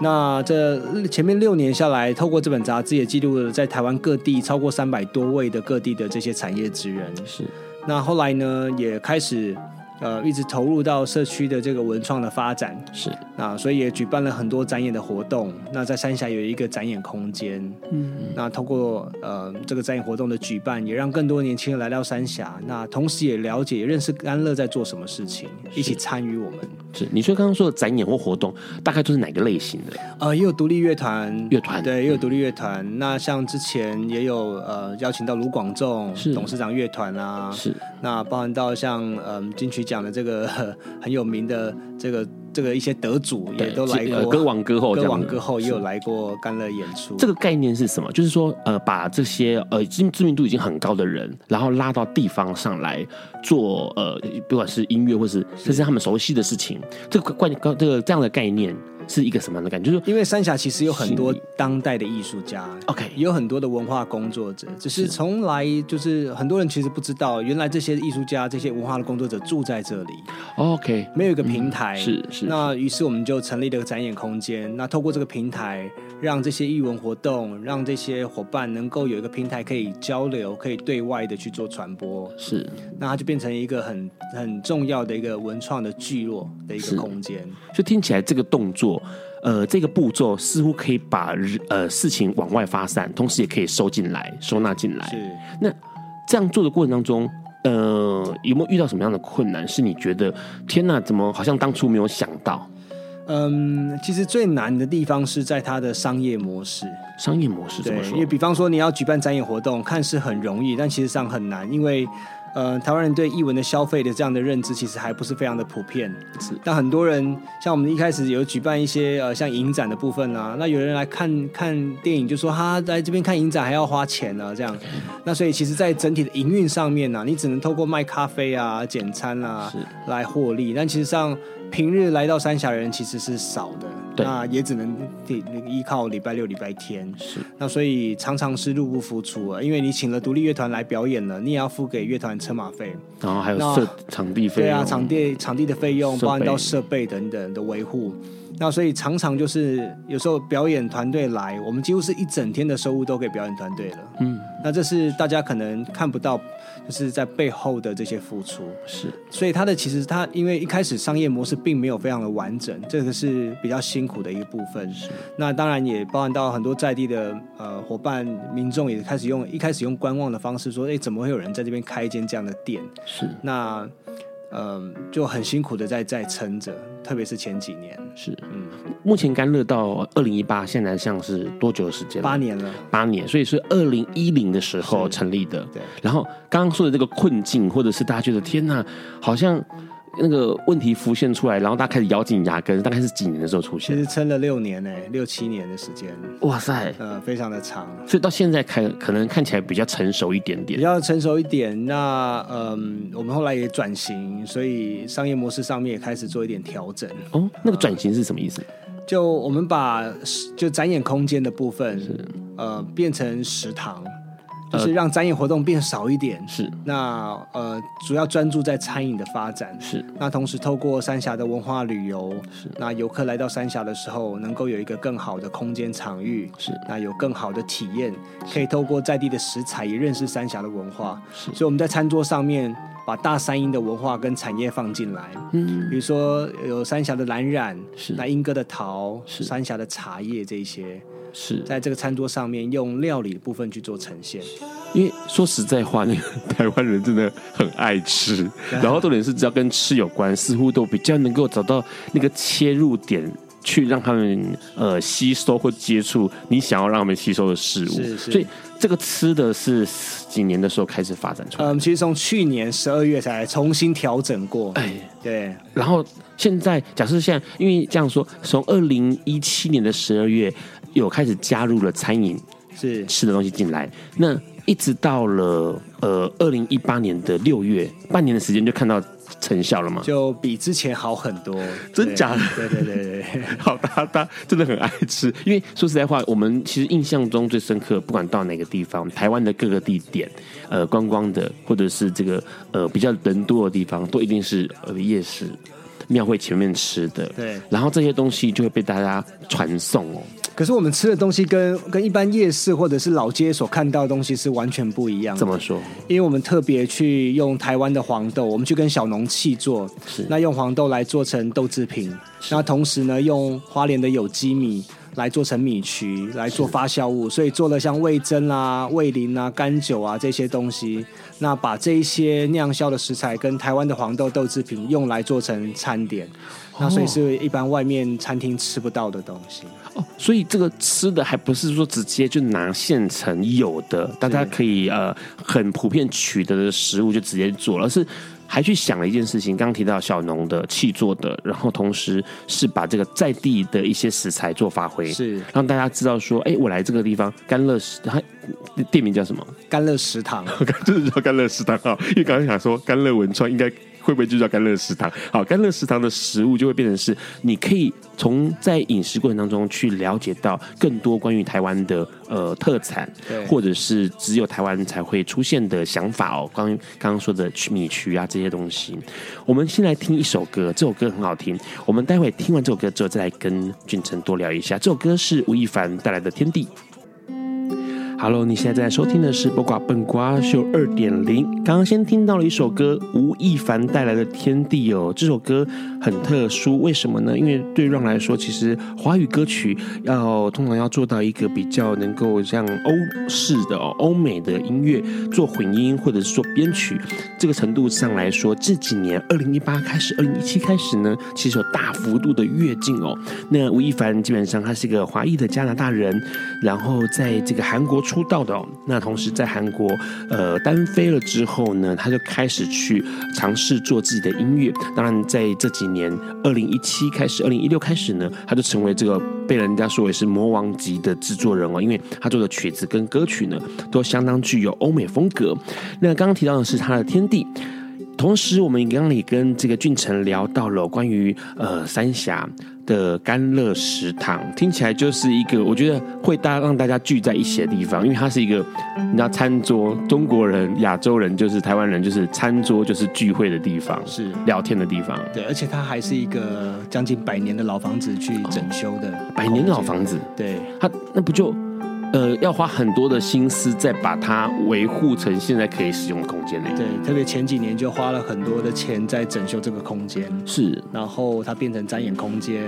Speaker 4: 那这前面六年下来，透过这本杂志也记录了在台湾各地超过三百多位的各地的这些产业职人。
Speaker 3: 是
Speaker 4: 那后来呢，也开始呃一直投入到社区的这个文创的发展，
Speaker 3: 是
Speaker 4: 那所以也举办了很多展演的活动。那在三峡有一个展演空间，嗯，那通过呃这个展演活动的举办，也让更多年轻人来到三峡，那同时也了解、也认识安乐在做什么事情，一起参与我们。
Speaker 3: 是。你说刚刚说的展演或活动，大概都是哪个类型的？
Speaker 4: 呃，也有独立乐团，
Speaker 3: 乐团
Speaker 4: 对，也有独立乐团。那像之前也有呃邀请到卢广仲
Speaker 3: 是
Speaker 4: 董事长乐团啊，
Speaker 3: 是
Speaker 4: 那包含到像嗯金曲奖的这个 呵很有名的这个这个一些得主也
Speaker 3: 对
Speaker 4: 都来
Speaker 3: 呃
Speaker 4: 过，
Speaker 3: 歌王歌后这
Speaker 4: 歌
Speaker 3: 样
Speaker 4: 王
Speaker 3: 子
Speaker 4: 歌后也有来过干乐演出。
Speaker 3: 这个概念是什么？就是说，呃，把这些呃已经知名度已经很高的人，然后拉到地方上来做呃，不管是音乐或是这是他们熟悉的事情，这个关这个这样的概念是一个什么样的感觉？就是
Speaker 4: 因为三峡其实有很多
Speaker 3: 是
Speaker 4: 当代的艺术家，
Speaker 3: OK，
Speaker 4: 也有很多的文化工作者，只是从来就是很多人其实不知道，原来这些艺术家、这些文化的工作者住在这里，
Speaker 3: 哦 OK，
Speaker 4: 没有一个平
Speaker 3: 嗯
Speaker 4: 台。
Speaker 3: 是是
Speaker 4: 那于是我们就成立了个展演空间，那透过这个平台，让这些艺文活动，让这些伙伴能够有一个平台可以交流，可以对外的去做传播，
Speaker 3: 是，
Speaker 4: 那它就变成一个很很重要的一个文创的聚落的一
Speaker 3: 是
Speaker 4: 个空间。
Speaker 3: 所以听起来这个动作，呃，这个步骤似乎可以把人呃事情往外发散，同时也可以收进来、收纳进来。
Speaker 4: 是。
Speaker 3: 这样做的过程当中，呃，有没有遇到什么样的困难？是你觉得天哪，怎么好像当初没有想到
Speaker 4: 嗯，其实最难的地方是在它的商业模式。
Speaker 3: 商业模式怎
Speaker 4: 对
Speaker 3: 么，说
Speaker 4: 因为？比方说你要举办展演活动，看似很容易，但其实上很难，因为呃，台湾人对艺文的消费的这样的认知其实还不是非常的普遍。
Speaker 3: 是
Speaker 4: 但很多人像我们一开始有举办一些呃像影展的部分啊，那有人来看看电影就说哈，来这边看影展还要花钱啊，这样。那所以其实，在整体的营运上面呢、啊你只能透过卖咖啡啊、简餐啊
Speaker 3: 是
Speaker 4: 来获利，但其实上平日来到三峡的人其实是少的。
Speaker 3: 对
Speaker 4: 那也只能得依靠礼拜六、礼拜天。
Speaker 3: 是
Speaker 4: 那所以常常是入不敷出啊，因为你请了独立乐团来表演了，你也要付给乐团车马费，
Speaker 3: 然后还有
Speaker 4: 那
Speaker 3: 设场地费哦
Speaker 4: 对
Speaker 3: 用，
Speaker 4: 啊，场地场地的费用，
Speaker 3: 设备
Speaker 4: 包含到设备等等的维护。那所以常常就是有时候表演团队来，我们几乎是一整天的收入都给表演团队了。
Speaker 3: 嗯，
Speaker 4: 那这是大家可能看不到，就是在背后的这些付出。
Speaker 3: 是
Speaker 4: 所以它的其实它因为一开始商业模式并没有非常的完整，这个是比较辛苦的一个部分。那当然也包含到很多在地的呃伙伴民众也开始用一开始用观望的方式说，哎，怎么会有人在这边开一间这样的店？
Speaker 3: 是
Speaker 4: 那嗯、就很辛苦的在在撑着，特别是前几年，
Speaker 3: 是。
Speaker 4: 嗯，
Speaker 3: 目前甘乐到二零一八，现在像是多久的时间了？
Speaker 4: 八年了，
Speaker 3: 八年，所以是二零一零的时候
Speaker 4: 是
Speaker 3: 成立的。
Speaker 4: 对。
Speaker 3: 然后刚刚说的这个困境，或者是大家觉得天哪，好像那个问题浮现出来，然后大家开始咬紧牙根，大概是几年的时候出
Speaker 4: 其
Speaker 3: 现？
Speaker 4: 实撑了六年呢、欸六七年的时间，
Speaker 3: 哇塞！
Speaker 4: 呃，非常的长。
Speaker 3: 所以到现在看，可能看起来比较成熟一点
Speaker 4: 比
Speaker 3: 点。
Speaker 4: 较成熟一点。那嗯，我们后来也转型，所以商业模式上面也开始做一点调整。
Speaker 3: 哦，那个转型是什么意思？
Speaker 4: 就我们把就展演空间的部分，呃，变成食堂，就是让展演活动变少一点。
Speaker 3: 呃是
Speaker 4: 那呃，主要专注在餐饮的发展。
Speaker 3: 是
Speaker 4: 那同时透过三峡的文化旅游，那游客来到三峡的时候，能够有一个更好的空间场域，
Speaker 3: 是
Speaker 4: 那有更好的体验，可以透过在地的食材也认识三峡的文化。所以我们在餐桌上面把大三英的文化跟产业放进来，嗯，比如说有三峡的蓝染，
Speaker 3: 是
Speaker 4: 那莺歌的桃，
Speaker 3: 是
Speaker 4: 三峡的茶叶这一些，
Speaker 3: 是
Speaker 4: 在这个餐桌上面用料理的部分去做呈现。
Speaker 5: Shabbat
Speaker 3: 因为说实在话，那个台湾人真的很爱 吃，然后重点是只要跟吃有关，似乎都比较能够找到那个切入点。去让他们呃吸收或接触你想要让他们吸收的事物，
Speaker 4: 是是
Speaker 3: 所以这个吃的是几年的时候开始发展出来的，
Speaker 4: 嗯，其实从去年十二月才重新调整过。
Speaker 3: 哎，
Speaker 4: 对，
Speaker 3: 然后现在，假设现在，因为这样说，从二零一七年的十二月有开始加入了餐饮
Speaker 4: 是
Speaker 3: 吃的东西进来，那一直到了呃二零一八年的六月，半年的时间就看到成效了嘛？
Speaker 4: 就比之前好很多。
Speaker 3: 真
Speaker 4: 对
Speaker 3: 假的
Speaker 4: 对对对对对。
Speaker 3: 好，大家大家真的很爱吃，因为说实在话，我们其实印象中最深刻，不管到哪个地方，台湾的各个地点，呃，观光的或者是这个呃比较人多的地方，都一定是呃夜市、庙会前面吃的。
Speaker 4: 对
Speaker 3: 然后这些东西就会被大家传送哦。
Speaker 4: 可是我们吃的东西跟跟一般夜市或者是老街所看到的东西是完全不一样的。
Speaker 3: 怎么说？
Speaker 4: 因为我们特别去用台湾的黄豆，我们去跟小农契做，
Speaker 3: 是
Speaker 4: 那用黄豆来做成豆制品，那同时呢用花莲的有机米来做成米曲，来做发酵物，所以做了像味噌啦、味淋啊、干酒啊这些东西，那把这一些酿销的食材跟台湾的黄豆豆制品用来做成餐点，那所以是一般外面餐厅吃不到的东西。
Speaker 3: 哦，所以这个吃的还不是说直接就拿现成有的，大家可以呃很普遍取得的食物就直接做了，而是还去想了一件事情。刚刚提到小农的气做的，然后同时是把这个在地的一些食材做发挥，
Speaker 4: 是
Speaker 3: 让大家知道说，哎，我来这个地方甘乐食，它店名叫什么？
Speaker 4: 甘乐食堂，
Speaker 3: 我刚就是叫甘乐食堂哈，因为刚刚想说甘乐文创应该会不会就叫甘乐食堂？好，甘乐食堂的食物就会变成是你可以从在饮食过程当中去了解到更多关于台湾的呃特产
Speaker 4: 对，
Speaker 3: 或者是只有台湾才会出现的想法哦。关于刚刚说的曲米曲啊这些东西，我们先来听一首歌，这首歌很好听。我们待会听完这首歌之后，再来跟俊成多聊一下。这首歌是吴亦凡带来的《天地》。Hello，你现在在收听的是《播瓜笨瓜秀二点零》。刚刚先听到了一首歌，吴亦凡带来的《天地》哦，这首歌很特殊，为什么呢？因为对让来说，其实华语歌曲要通常要做到一个比较能够像欧式的哦、欧美的音乐做混音或者是做编曲这个程度上来说，这几年二零一八开始，二零一七开始呢，其实有大幅度的跃进哦。那吴亦凡基本上他是一个华裔的加拿大人，然后在这个韩国出道的、哦，那同时在韩国呃单飞了之后呢，他就开始去尝试做自己的音乐。当然，在这几年，二零一七开始，二零一六开始呢，他就成为这个被人家说为是魔王级的制作人哦，因为他做的曲子跟歌曲呢，都相当具有欧美风格。那刚刚提到的是他的天地。同时，我们刚刚也跟这个俊成聊到了关于呃三峡的甘乐食堂，听起来就是一个我觉得会大让大家聚在一起的地方，因为它是一个你知道餐桌，中国人、亚洲人就是台湾人就是餐桌就是聚会的地方，
Speaker 4: 是
Speaker 3: 聊天的地方，
Speaker 4: 对，而且它还是一个将近百年的老房子去整修的
Speaker 3: 哦百年老
Speaker 4: 空间
Speaker 3: 房子，
Speaker 4: 对，
Speaker 3: 它那不就呃要花很多的心思再把它维护成现在可以使用的空间内，
Speaker 4: 对，特别前几年就花了很多的钱在整修这个空间，
Speaker 3: 是
Speaker 4: 然后它变成展演空间。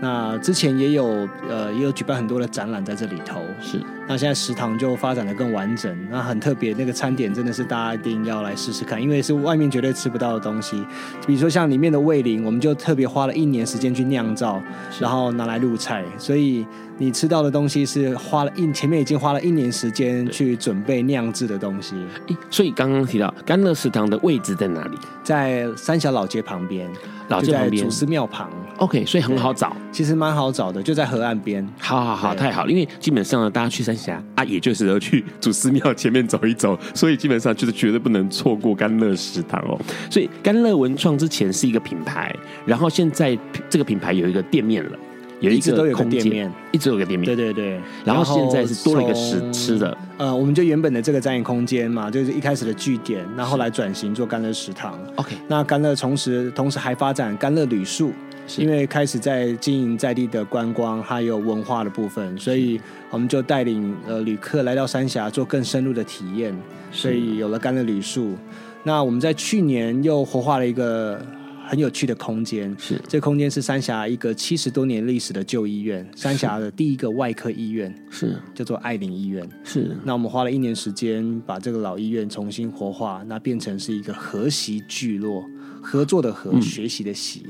Speaker 4: 那之前也有呃也有举办很多的展览在这里头，
Speaker 3: 是。
Speaker 4: 那现在食堂就发展的更完整，那很特别，那个餐点真的是大家一定要来试试看，因为是外面绝对吃不到的东西。比如说像里面的味淋，我们就特别花了一年时间去酿造，然后拿来入菜，所以你吃到的东西是花了一前面已经花了一年时间去准备酿制的东西，
Speaker 3: 诶所以刚刚提到甘乐食堂的位置在哪里？
Speaker 4: 在三峡老街旁边，
Speaker 3: 老街
Speaker 4: 就在
Speaker 3: 旁边
Speaker 4: 祖师庙旁，
Speaker 3: OK，所以很好找。
Speaker 4: 其实蛮好找的，就在河岸边。
Speaker 3: 好好好，
Speaker 4: 对
Speaker 3: 太好了，因为基本上呢，大家去三峡啊，也就是要去祖师庙前面走一走，所以基本上就是绝对不能错过甘乐食堂哦。所以甘乐文创之前是一个品牌，然后现在这个品牌有一个店面了，有一
Speaker 4: 一直都
Speaker 3: 个
Speaker 4: 有个
Speaker 3: 空间，
Speaker 4: 店面
Speaker 3: 一直有个店面，
Speaker 4: 对对对，
Speaker 3: 嗯然后现在是多了一个食
Speaker 4: 从
Speaker 3: 吃的，
Speaker 4: 呃，我们就原本的这个展演空间嘛，就是一开始的据点，那后来转型做甘乐食堂。
Speaker 3: OK
Speaker 4: 那甘乐同时同时还发展甘乐旅宿，
Speaker 3: 是
Speaker 4: 因为开始在经营在地的观光还有文化的部分，所以我们就带领呃旅客来到三峡做更深入的体验，所以有了甘乐旅宿。那我们在去年又活化了一个很有趣的空间。
Speaker 3: 是
Speaker 4: 这空间是三峡一个七十多年历史的旧医院，三峡的第一个外科医院
Speaker 3: 是
Speaker 4: 叫做爱林医院。
Speaker 3: 是
Speaker 4: 那我们花了一年时间把这个老医院重新活化，那变成是一个和习聚落，合作的和，学习的习。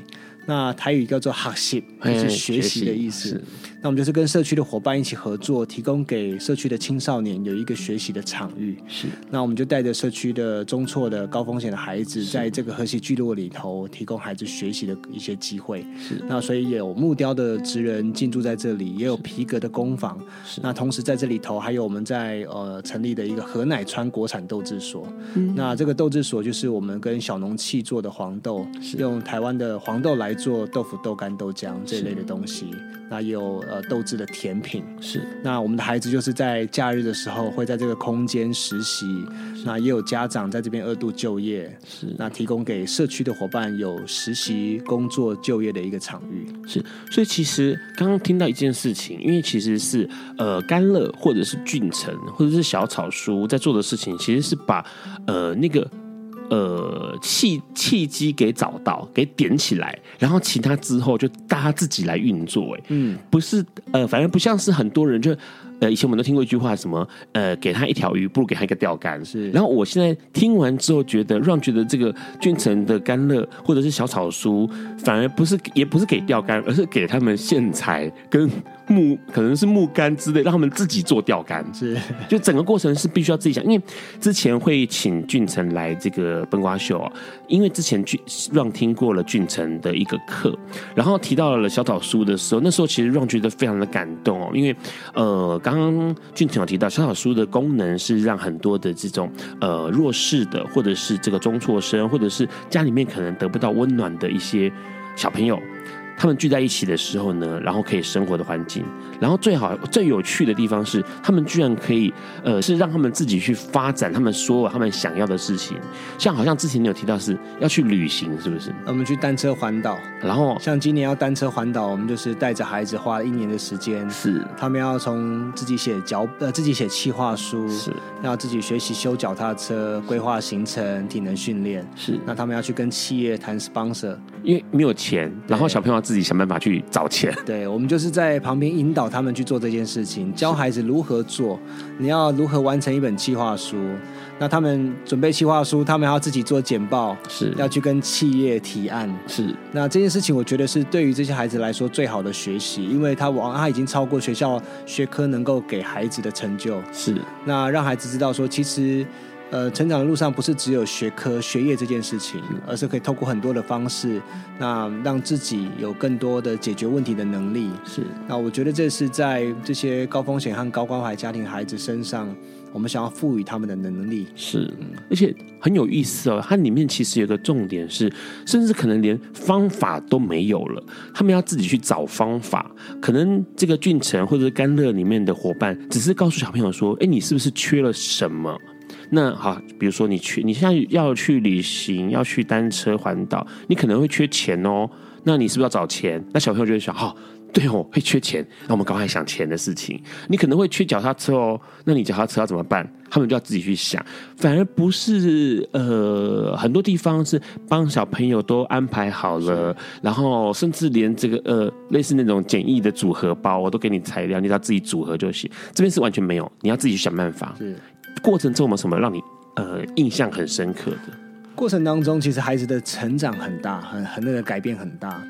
Speaker 4: 那台语叫做 h a s h i 就是
Speaker 3: 哎
Speaker 4: 学习的意思。那我们就是跟社区的伙伴一起合作，提供给社区的青少年有一个学习的场域。
Speaker 3: 是
Speaker 4: 那我们就带着社区的中辍的高风险的孩子，在这个和谐聚落里头，提供孩子学习的一些机会。那所以有木雕的职人进驻在这里，也有皮革的工坊。那同时在这里头，还有我们在呃成立的一个河奶川国产豆制所。那这个豆制所就是我们跟小农器做的黄豆，用台湾的黄豆来做豆腐、豆干、豆浆这一类的东西。那也有呃豆制的甜品。
Speaker 3: 是
Speaker 4: 那我们的孩子就是在假日的时候会在这个空间实习，那也有家长在这边二度就业，
Speaker 3: 是
Speaker 4: 那提供给社区的伙伴有实习、工作、就业的一个场域。
Speaker 3: 是，所以其实刚刚听到一件事情，因为其实是呃甘乐或者是俊成或者是小草叔在做的事情，其实是把呃那个呃契契机给找到，给点起来，然后其他之后就大家自己来运作、哎，
Speaker 4: 嗯，
Speaker 3: 不是呃，反正不像是很多人就。呃，以前我们都听过一句话，什么呃，给他一条鱼，不如给他一个钓竿。
Speaker 4: 是
Speaker 3: 然后我现在听完之后，觉得让觉得这个俊成的甘乐或者是小草书，反而不是也不是给钓竿，而是给他们线材跟木，可能是木杆之类，让他们自己做钓竿。
Speaker 4: 是
Speaker 3: 就整个过程是必须要自己想，因为之前会请俊成来这个崩瓜秀、哦，因为之前俊让听过了俊成的一个课，然后提到了小草书的时候，那时候其实让觉得非常的感动哦，因为呃，刚刚俊成有提到小草书的功能是让很多的这种呃弱势的，或者是这个中辍生，或者是家里面可能得不到温暖的一些小朋友。他们聚在一起的时候呢，然后可以生活的环境，然后最好最有趣的地方是，他们居然可以，呃，是让他们自己去发展他们所有他们想要的事情。像好像之前你有提到是要去旅行，是不是？
Speaker 4: 我们去单车环岛，
Speaker 3: 然后
Speaker 4: 像今年要单车环岛，我们就是带着孩子花了一年的时间。
Speaker 3: 是
Speaker 4: 他们要从自己写脚呃自己写企划书，
Speaker 3: 是
Speaker 4: 要自己学习修脚踏车、规划行程、体能训练。
Speaker 3: 是，
Speaker 4: 那他们要去跟企业谈 sponsor，
Speaker 3: 因为没有钱，然后小朋友要自己想办法去找钱。
Speaker 4: 对，我们就是在旁边引导他们去做这件事情，教孩子如何做，你要如何完成一本企划书。那他们准备企划书，他们还要自己做简报，
Speaker 3: 是
Speaker 4: 要去跟企业提案。
Speaker 3: 是
Speaker 4: 那这件事情，我觉得是对于这些孩子来说最好的学习，因为他往他已经超过学校学科能够给孩子的成就。
Speaker 3: 是
Speaker 4: 那让孩子知道说，其实，呃，成长的路上不是只有学科、学业这件事情，而是可以透过很多的方式，那让自己有更多的解决问题的能力。
Speaker 3: 是
Speaker 4: 那我觉得这是在这些高风险和高关怀家庭孩子身上，我们想要赋予他们的能力。
Speaker 3: 是，而且很有意思哦。它里面其实有个重点是，甚至可能连方法都没有了，他们要自己去找方法。可能这个俊成或者是甘乐里面的伙伴，只是告诉小朋友说：“哎，你是不是缺了什么？”那好，比如说你去，你现在要去旅行，要去单车环岛，你可能会缺钱哦。那你是不是要找钱？那小朋友就会想，哦，对哦，会缺钱，那我们赶快想钱的事情。你可能会缺脚踏车哦，那你脚踏车要怎么办？他们就要自己去想，反而不是呃，很多地方是帮小朋友都安排好了，然后甚至连这个呃，类似那种简易的组合包，我都给你材料，你只要自己组合就行。这边是完全没有，你要自己去想办法。
Speaker 4: 是
Speaker 3: 过程中有没有什么让你呃印象很深刻的？
Speaker 4: 过程当中，其实孩子的成长很大，很很那个改变很大。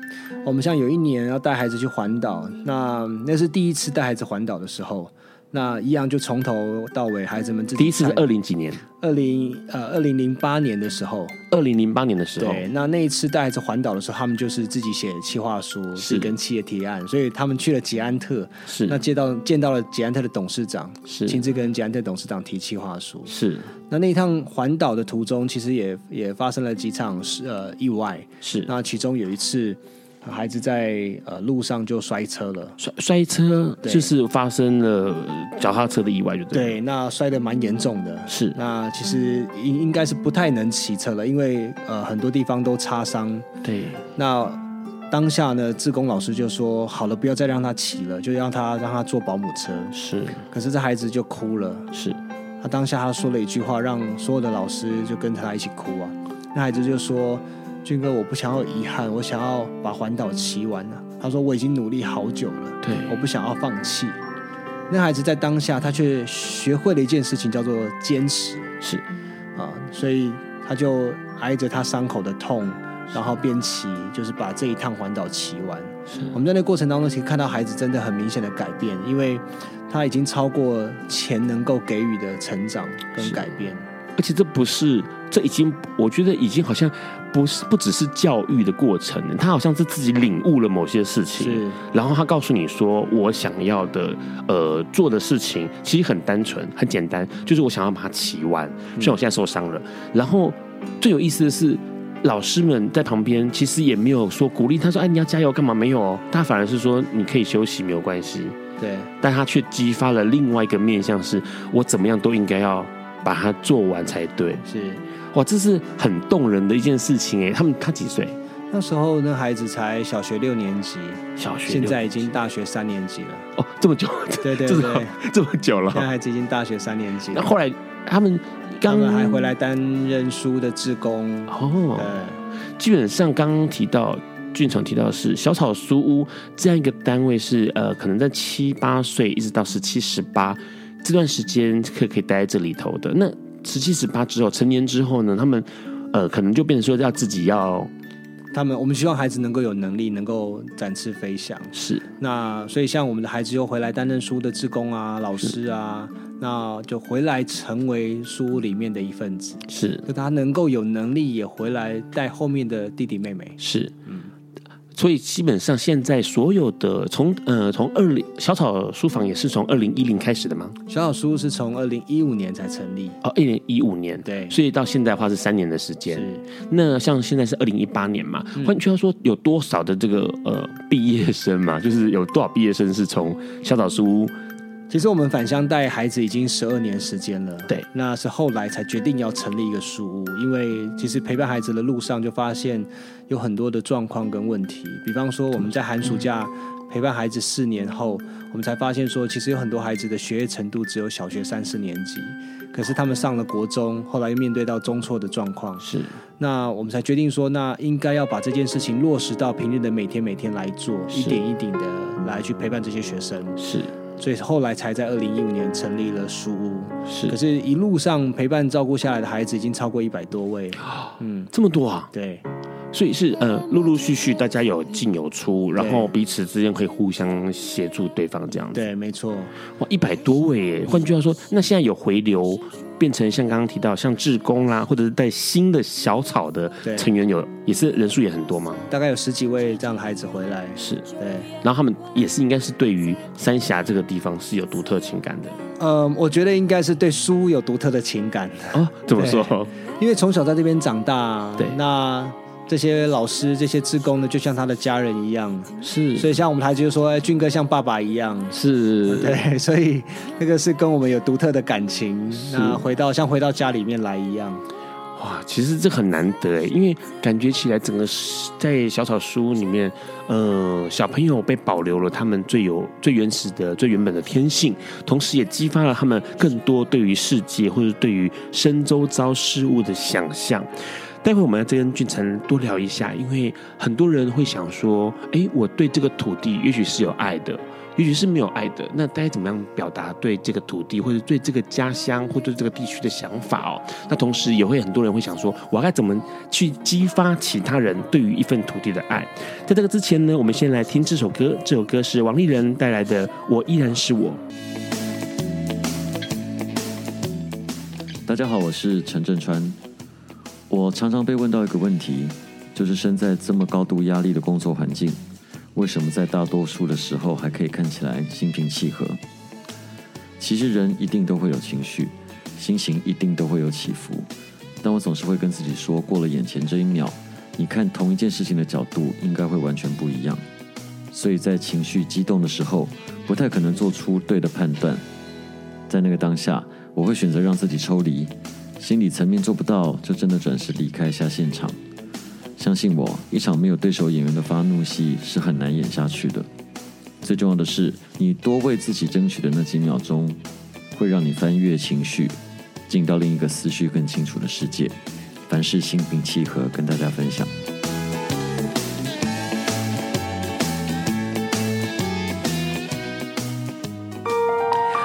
Speaker 4: 我们像有一年要带孩子去环岛，那那是第一次带孩子环岛的时候，那一样就从头到尾，孩子们自己
Speaker 3: 第一次是
Speaker 4: 参
Speaker 3: 二零几年，
Speaker 4: 二零呃二零零八年的时候，
Speaker 3: 二零零八年的时候，
Speaker 4: 对，那那一次带孩子环岛的时候，他们就是自己写企划书，自己跟企业提案，所以他们去了捷安特，
Speaker 3: 是
Speaker 4: 那见到见到了捷安特的董事长，
Speaker 3: 是
Speaker 4: 亲自跟捷安特董事长提企划书。
Speaker 3: 是
Speaker 4: 那那一趟环岛的途中，其实也也发生了几场是呃意外，
Speaker 3: 是
Speaker 4: 那其中有一次。呃孩子在呃路上就摔车了，
Speaker 3: 摔摔车，
Speaker 4: 对
Speaker 3: 就是发生了脚踏车的意外，就对了。
Speaker 4: 对，那摔得蛮严重的，
Speaker 3: 是
Speaker 4: 那其实应应该是不太能骑车了，因为呃很多地方都擦伤，
Speaker 3: 对
Speaker 4: 那当下呢，志工老师就说：“好了，不要再让他骑了，就让他让他坐保姆车。
Speaker 3: 是”
Speaker 4: 可是这孩子就哭了。
Speaker 3: 是
Speaker 4: 他当下他说了一句话，让所有的老师就跟着他一起哭啊。那孩子就说：“军哥，我不想要有遗憾，我想要把环岛骑完了。”他说：“我已经努力好久了，
Speaker 3: 对
Speaker 4: 我不想要放弃。”那孩子在当下，他却学会了一件事情，叫做坚持
Speaker 3: 是
Speaker 4: 啊，所以他就挨着他伤口的痛，然后边骑，就是把这一趟环岛骑完。
Speaker 3: 是，
Speaker 4: 我们在那过程当中，其实看到孩子真的很明显的改变，因为他已经超过钱能够给予的成长跟
Speaker 3: 是
Speaker 4: 改变。
Speaker 3: 而且这不是，这已经我觉得已经好像不是不只是教育的过程，他好像是自己领悟了某些事情，
Speaker 4: 是
Speaker 3: 然后他告诉你说我想要的呃做的事情其实很单纯很简单，就是我想要把它骑完，虽然我现在受伤了，然后最有意思的是。老师们在旁边其实也没有说鼓励他说：“哎，你要加油干嘛？”没有哦，他反而是说：“你可以休息，没有关系。”
Speaker 4: 对，
Speaker 3: 但他却激发了另外一个面向是，我怎么样都应该要把它做完才对。
Speaker 4: 是
Speaker 3: 哇，这是很动人的一件事情哎。他们他几岁？
Speaker 4: 那时候那孩子才小学六年级，
Speaker 3: 小学
Speaker 4: 现
Speaker 3: 六
Speaker 4: 在已经大学三年 级了。
Speaker 3: 哦，这么久，
Speaker 4: 对对
Speaker 3: 这
Speaker 4: 对，
Speaker 3: 么
Speaker 4: 现
Speaker 3: 这么久
Speaker 4: 在
Speaker 3: 了。
Speaker 4: 孩子已经大学三年级
Speaker 3: 那
Speaker 4: 了，
Speaker 3: 后来他们
Speaker 4: 他
Speaker 3: 刚
Speaker 4: 们还回来担任书的志工。
Speaker 3: 哦
Speaker 4: 对，，
Speaker 3: 基本上刚刚提到。俊成提到的是小草书屋这样一个单位是呃，可能在七八岁一直到十七十八这段时间可以可以待在这里头的。那十七十八之后，成年之后呢，他们呃可能就变成说要自己要
Speaker 4: 他们我们希望孩子能够有能力，能够展翅飞翔。
Speaker 3: 是
Speaker 4: 那所以像我们的孩子又回来担任书的志工啊、老师啊，那就回来成为书屋里面的一份子。
Speaker 3: 是
Speaker 4: 就他能够有能力也回来带后面的弟弟妹妹。
Speaker 3: 是，
Speaker 4: 嗯
Speaker 3: 所以基本上现在所有的从呃从二零小草书房也是从二零一零开始的吗？
Speaker 4: 小小书屋是从二零一五年才成立，
Speaker 3: 哦，二零一五年，
Speaker 4: 对
Speaker 3: 所以到现在的话是三年的时间。
Speaker 4: 是
Speaker 3: 那像现在是二零一八年嘛，
Speaker 4: 嗯
Speaker 3: 换句话说，有多少的这个呃毕业生嘛， 就是有多少毕业生是从小草书屋
Speaker 4: 其实我们返乡带孩子已经十二年时间了，
Speaker 3: 对，
Speaker 4: 那是后来才决定要成立一个书屋，因为其实陪伴孩子的路上就发现有很多的状况跟问题，比方说我们在寒暑假陪伴孩子四年后，我们才发现说，其实有很多孩子的学业程度只有小学三四年级，可是他们上了国中，后来又面对到中辍的状况，
Speaker 3: 是
Speaker 4: 那我们才决定说，那应该要把这件事情落实到平日的每天每天来做，
Speaker 3: 是
Speaker 4: 一点一点的来去陪伴这些学生。
Speaker 3: 是
Speaker 4: 所以后来才在二零一五年成立了书屋。可
Speaker 3: 是
Speaker 4: 是，一路上陪伴照顾下来的孩子已经超过一百多位。嗯，
Speaker 3: 这么多啊？
Speaker 4: 对，
Speaker 3: 所以是呃陆陆续续大家有进有出，然后彼此之间可以互相协助对方这样子。
Speaker 4: 对，没错，
Speaker 3: 哇，一百多位耶！换句话说，那现在有回流，变成像刚刚提到，像志工啦，或者是带新的小草的
Speaker 4: 对
Speaker 3: 成员有，也是人数也很多吗？
Speaker 4: 大概有十几位这样的孩子回来。
Speaker 3: 是，
Speaker 4: 对，
Speaker 3: 然后他们也是应该是对于三峡这个地方是有独特情感的
Speaker 4: 嗯，我觉得应该是对书屋有独特的情感，
Speaker 3: 啊？怎么说？
Speaker 4: 因为从小在这边长大。
Speaker 3: 对
Speaker 4: 那这些老师、这些志工呢，就像他的家人一样。
Speaker 3: 是
Speaker 4: 所以，像我们孩子就说，哎，俊哥像爸爸一样。
Speaker 3: 是
Speaker 4: 对，所以那个是跟我们有独特的感情，那回到像回到家里面来一样。
Speaker 3: 哇，其实这很难得哎，因为感觉起来整个在小草书屋里面，呃，小朋友被保留了他们最有最原始的、最原本的天性，同时也激发了他们更多对于世界或者对于身周遭事物的想象。待会我们要再跟俊成多聊一下，因为很多人会想说，哎，我对这个土地也许是有爱的，也许是没有爱的，那该怎么样表达对这个土地，或者对这个家乡，或对这个地区的想法哦？那同时也会很多人会想说，我该怎么去激发其他人对于一份土地的爱？在这个之前呢，我们先来听这首歌，这首歌是王丽人带来的《我依然是我》。
Speaker 5: 大家好，我是陈振川。我常常被问到一个问题，就是身在这么高度压力的工作环境，为什么在大多数的时候还可以看起来心平气和？其实人一定都会有情绪，心情一定都会有起伏，但我总是会跟自己说，过了眼前这一秒，你看同一件事情的角度应该会完全不一样。所以在情绪激动的时候，不太可能做出对的判断，在那个当下，我会选择让自己抽离，心理层面做不到，就真的转身离开一下现场。相信我，一场没有对手演员的发怒戏是很难演下去的。最重要的是，你多为自己争取的那几秒钟，会让你翻越情绪，进到另一个思绪更清楚的世界。凡事心平气和跟大家分享。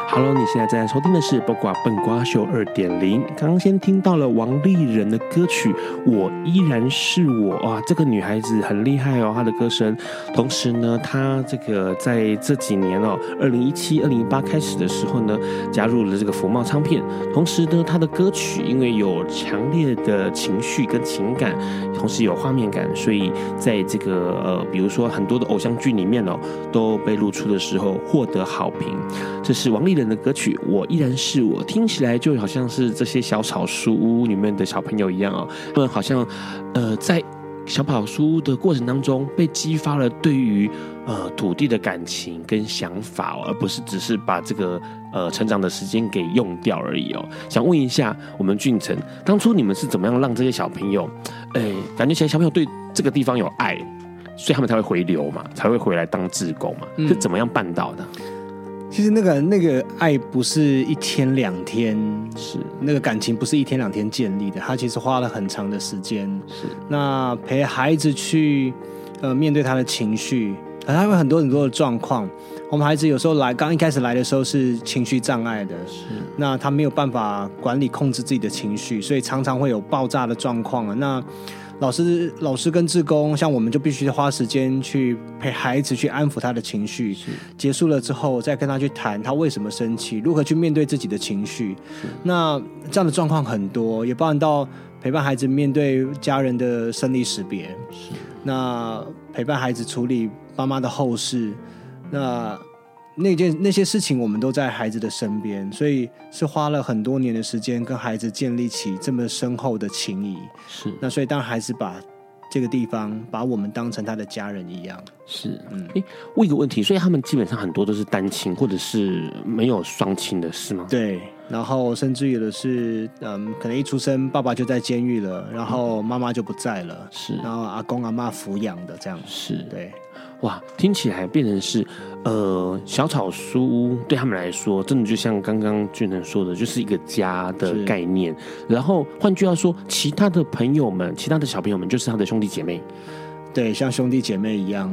Speaker 3: Hello，你现在正在收听的是《八卦笨瓜秀》二点零。刚刚先听到了王丽人的歌曲《我依然是我》哇，这个女孩子很厉害哦，她的歌声。同时呢，她这个在这几年哦，二零一七、二零一八开始的时候呢，加入了这个福茂唱片。同时呢，她的歌曲因为有强烈的情绪跟情感，同时有画面感，所以在这个呃，比如说很多的偶像剧里面哦，都被露出的时候获得好评。这是王丽人的歌曲《我依然是我》，听起来就好像是这些小草书屋里面的小朋友一样哦，他们好像呃在小跑书屋的过程当中被激发了对于呃土地的感情跟想法、哦，而不是只是把这个呃成长的时间给用掉而已哦。想问一下我们俊成，当初你们是怎么样让这些小朋友，哎、感觉起来小朋友对这个地方有爱？所以他们才会回流嘛，才会回来当志工嘛，
Speaker 4: 嗯
Speaker 3: 是怎么样办到的？
Speaker 4: 其实那个那个爱不是一天两天，
Speaker 3: 是
Speaker 4: 那个感情不是一天两天建立的，他其实花了很长的时间。
Speaker 3: 是，
Speaker 4: 那陪孩子去呃面对他的情绪，可能他有很多很多的状况。我们孩子有时候来，刚一开始来的时候是情绪障碍的，那他没有办法管理控制自己的情绪，所以常常会有爆炸的状况啊。那老师、老师跟志工，像我们就必须花时间去陪孩子去安抚他的情绪。结束了之后，再跟他去谈他为什么生气，如何去面对自己的情绪。那这样的状况很多，也包含到陪伴孩子面对家人的生离识别，那陪伴孩子处理爸妈的后事，那那件那些事情我们都在孩子的身边，所以是花了很多年的时间跟孩子建立起这么深厚的情谊。
Speaker 3: 是
Speaker 4: 那所以当孩子把这个地方把我们当成他的家人一样，
Speaker 3: 是，嗯
Speaker 4: 嗯，
Speaker 3: 哎，问一个问题，所以他们基本上很多都是单亲，或者是没有双亲的，是吗？
Speaker 4: 对，然后甚至有的是，嗯，可能一出生爸爸就在监狱了，然后妈妈就不在了，
Speaker 3: 嗯是
Speaker 4: 然后阿公阿妈抚养的这样，
Speaker 3: 是，
Speaker 4: 对，
Speaker 3: 哇，听起来变成是，呃，小草书屋对他们来说，真的就像刚刚俊能说的，就是一个家的
Speaker 4: 是
Speaker 3: 概念。然后换句话说，其他的朋友们，其他的小朋友们，就是他的兄弟姐妹。
Speaker 4: 对，像兄弟姐妹一样，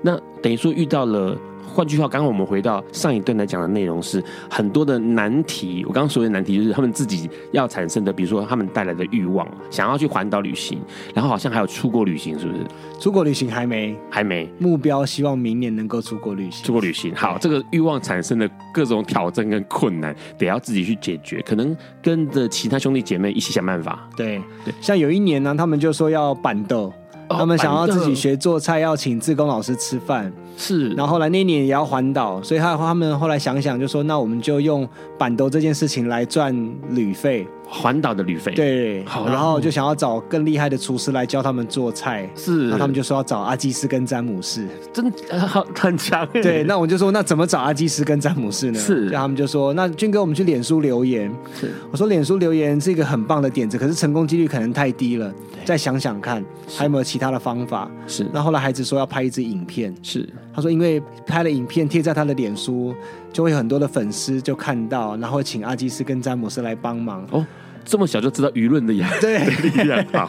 Speaker 3: 那等于说遇到了，换句话，刚刚我们回到上一段来讲的内容是很多的难题。我刚刚所谓的难题就是他们自己要产生的，比如说他们带来的欲望，想要去环岛旅行，然后好像还有出国旅行，是不是？
Speaker 4: 出国旅行还没，
Speaker 3: 还没
Speaker 4: 目标希望明年能够出国旅行，
Speaker 3: 出国旅行。好，这个欲望产生的各种挑战跟困难，得要自己去解决，可能跟着其他兄弟姐妹一起想办法。
Speaker 4: 对
Speaker 3: 对，
Speaker 4: 像有一年呢、他们就说要板豆。
Speaker 3: 哦
Speaker 4: 他们想
Speaker 3: 板
Speaker 4: 要
Speaker 3: 豆
Speaker 4: 自己学做菜，要请志工老师吃饭。
Speaker 3: 是，
Speaker 4: 然后后来那一年也要环岛，所以他他们后来想想就说，那我们就用板豆这件事情来赚旅费。
Speaker 3: 环岛的旅费，，
Speaker 4: 对，
Speaker 3: 好
Speaker 4: 然
Speaker 3: 然后
Speaker 4: 后就想要找更厉害的厨师来教他们做菜，
Speaker 3: 是，
Speaker 4: 然后他们就说要找阿基斯跟詹姆士。
Speaker 3: 真呃好 很强耶。
Speaker 4: 对，那我就说那怎么找阿基斯跟詹姆士呢？
Speaker 3: 是
Speaker 4: 然后他们就说那俊哥，我们去脸书留言。
Speaker 3: 是
Speaker 4: 我说脸书留言是一个很棒的点子，可是成功几率可能太低了，再想想看还有没有其他的方法。
Speaker 3: 欸是
Speaker 4: 那后来孩子说要拍一支影片，
Speaker 3: 是
Speaker 4: 他说因为拍了影片贴在他的脸书，就会有很多的粉丝就看到，然后请阿基斯跟詹姆斯来 帮忙。
Speaker 3: 哦，这么小就知道舆论的压
Speaker 4: 对。
Speaker 3: 力量，好。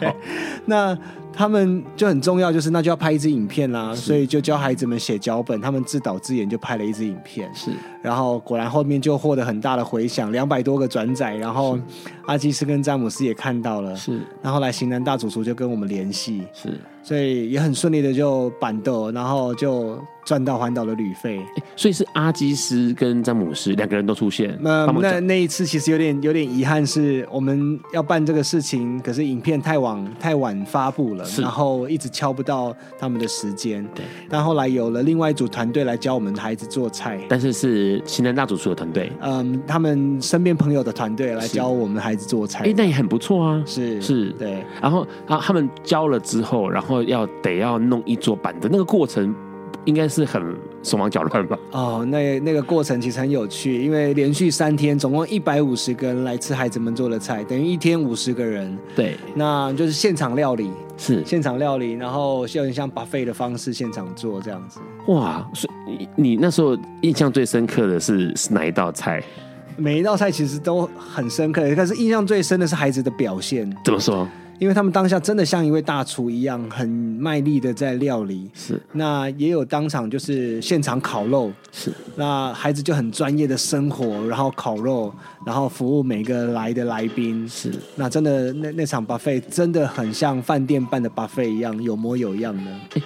Speaker 4: 那他们就很重要，就是那就要拍一支影片啦，所以就教孩子们写脚本，他们自导自演就拍了一支影片，
Speaker 3: 是
Speaker 4: 然后果然后面就获得很大的回响，两百多个转载，然后阿基斯跟詹姆斯也看到了，
Speaker 3: 是
Speaker 4: 然后后来型男大主厨就跟我们联系，
Speaker 3: 是、
Speaker 4: 所以也很顺利的就板豆，然后就赚到环岛的旅费。
Speaker 3: 诶所以是阿基斯跟詹姆斯两个人都出现，
Speaker 4: 那
Speaker 3: 帮忙
Speaker 4: 那
Speaker 3: 讲
Speaker 4: 那一次其实有点有点遗憾，是我们要办这个事情，可是影片太晚太晚发布了，
Speaker 3: 是
Speaker 4: 然后一直敲不到他们的时间。
Speaker 3: 对，
Speaker 4: 但后来有了另外一组团队来教我们孩子做菜，
Speaker 3: 但是是型男大主厨的团队，
Speaker 4: 嗯，他们身边朋友的团队来
Speaker 3: 是
Speaker 4: 教我们孩子做菜。
Speaker 3: 哎、那也很不错啊。
Speaker 4: 是
Speaker 3: 是
Speaker 4: 对，
Speaker 3: 然后啊，他们教了之后，然后要得要弄一桌板的那个过程，应该是很手忙脚乱吧？
Speaker 4: 哦，那那个过程其实很有趣，因为连续三天，总共一百五十个人来吃孩子们做的菜，等于一天五十个人，
Speaker 3: 对，
Speaker 4: 那就是现场料理，
Speaker 3: 是
Speaker 4: 现场料理，然后有点像 buffet 的方式现场做这样子。
Speaker 3: 哇。所以你你那时候印象最深刻的是是哪一道菜？
Speaker 4: 每一道菜其实都很深刻，但是印象最深的是孩子的表现。
Speaker 3: 怎么说？
Speaker 4: 因为他们当下真的像一位大厨一样，很卖力的在料理。
Speaker 3: 是
Speaker 4: 那也有当场就是现场烤肉，
Speaker 3: 是
Speaker 4: 那孩子就很专业的生火，然后烤肉，然后服务每个来的来宾。
Speaker 3: 是，
Speaker 4: 那真的那那场 buffet 真的很像饭店办的 buffet 一样，有模有样的。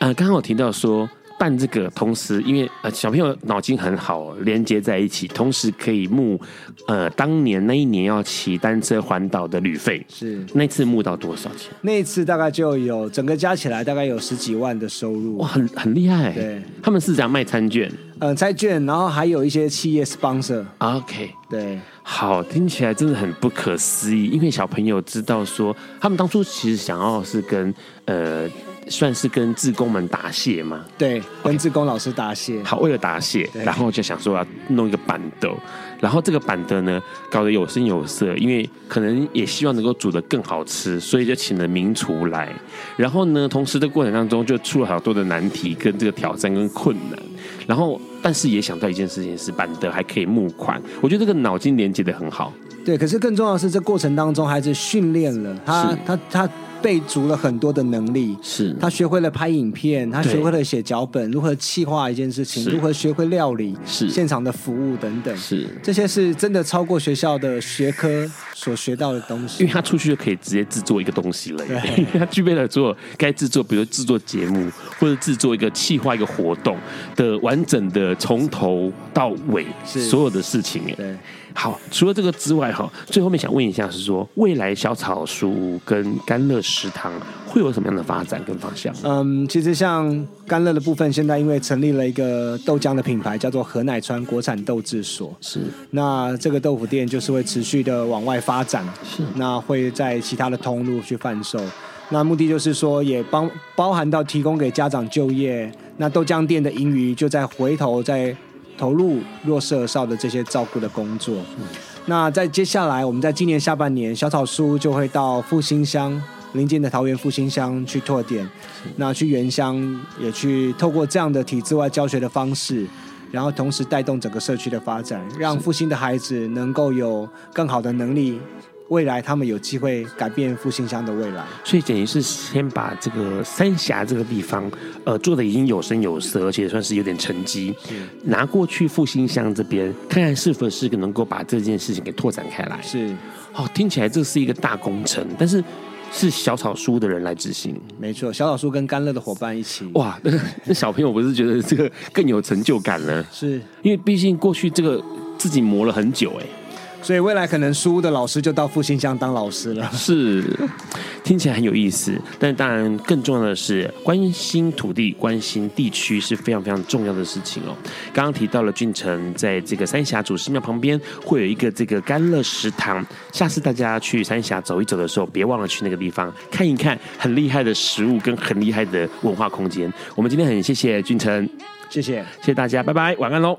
Speaker 3: 呃，刚刚我提到说办这个，同时因为呃小朋友脑筋很好，哦连接在一起，同时可以募呃当年那一年要骑单车环岛的旅费，
Speaker 4: 是
Speaker 3: 那次募到多少钱？
Speaker 4: 那一次大概就有整个加起来大概有十几万的收入。
Speaker 3: 哇，很很厉害。欸
Speaker 4: 对，
Speaker 3: 他们是这样卖餐券。
Speaker 4: 呃，猜券，然后还有一些企业 sponsor，
Speaker 3: 啊 OK，
Speaker 4: 对，
Speaker 3: 好，听起来真的很不可思议。因为小朋友知道说，他们当初其实想要是跟呃，算是跟志工们答谢嘛。
Speaker 4: 对，跟志工老师答谢。
Speaker 3: 好，为了答谢，
Speaker 4: 对
Speaker 3: 然后就想说要弄一个板凳，然后这个板凳呢搞得有声有色，因为可能也希望能够煮得更好吃，所以就请了名厨来。然后呢，同时的过程当中就出了好多的难题跟这个挑战跟困难。然后，但是也想到一件事情是板凳还可以募款，我觉得这个脑筋连接的很好。
Speaker 4: 对，可是更重要的是，这过程当中孩子训练了，他
Speaker 5: 是
Speaker 4: 他他备足了很多的能力，
Speaker 5: 是
Speaker 4: 他学会了拍影片，他
Speaker 3: 对
Speaker 4: 学会了写脚本，如何企划一件事情，
Speaker 3: 是
Speaker 4: 如何学会料理，
Speaker 5: 是
Speaker 4: 现场的服务等等，
Speaker 5: 是
Speaker 4: 这些是真的超过学校的学科所学到的东
Speaker 3: 因
Speaker 4: 西
Speaker 3: 为。他出去就可以直接制作一个东西了，因为他具备了所有该制作，比如制作节目或者制作一个企划一个活动的完整的从头到尾
Speaker 4: 是
Speaker 3: 所有的事情。哎，
Speaker 4: 对，
Speaker 3: 好，除了这个之外，哈，最后面想问一下是说，未来小草书屋跟甘乐食堂会有什么样的发展跟方向？
Speaker 4: 嗯，其实像甘乐的部分，现在因为成立了一个豆浆的品牌，叫做河乃川国产豆制所，
Speaker 5: 是
Speaker 4: 那这个豆腐店就是会持续的往外发展，
Speaker 5: 是
Speaker 4: 那会在其他的通路去贩售。那目的就是说，也帮包含到提供给家长就业，那豆浆店的盈余就再回头再投入弱势儿少的这些照顾的工作。那在接下来，我们在今年下半年，小草书就会到复兴乡临近的桃园复兴乡去拓点，那去原乡也去透过这样的体制外教学的方式，然后同时带动整个社区的发展，让复兴的孩子能够有更好的能力，未来他们有机会改变复兴乡的未来。
Speaker 3: 所以等于是先把这个三峡这个地方，呃，做的已经有声有色，而且算是有点成绩，拿过去复兴乡这边看看是否是能够把这件事情给拓展开来。
Speaker 4: 是，
Speaker 3: 哦，听起来这是一个大工程，但是是小草书的人来执行。
Speaker 4: 没错，小老叔跟甘乐的伙伴一起，
Speaker 3: 哇，那那小朋友不是觉得这个更有成就感呢？
Speaker 4: 是，
Speaker 3: 因为毕竟过去这个自己磨了很久、哎。
Speaker 4: 所以未来可能书的老师就到复兴乡当老师了。
Speaker 3: 是，听起来很有意思，但当然更重要的是，关心土地、关心地区是非常非常重要的事情哦。刚刚提到了俊成在这个三峡祖师庙旁边会有一个这个甘乐食堂，下次大家去三峡走一走的时候，别忘了去那个地方看一看，很厉害的食物跟很厉害的文化空间。我们今天很谢谢俊成，
Speaker 4: 谢谢。
Speaker 3: 谢谢大家，拜拜，晚安喽。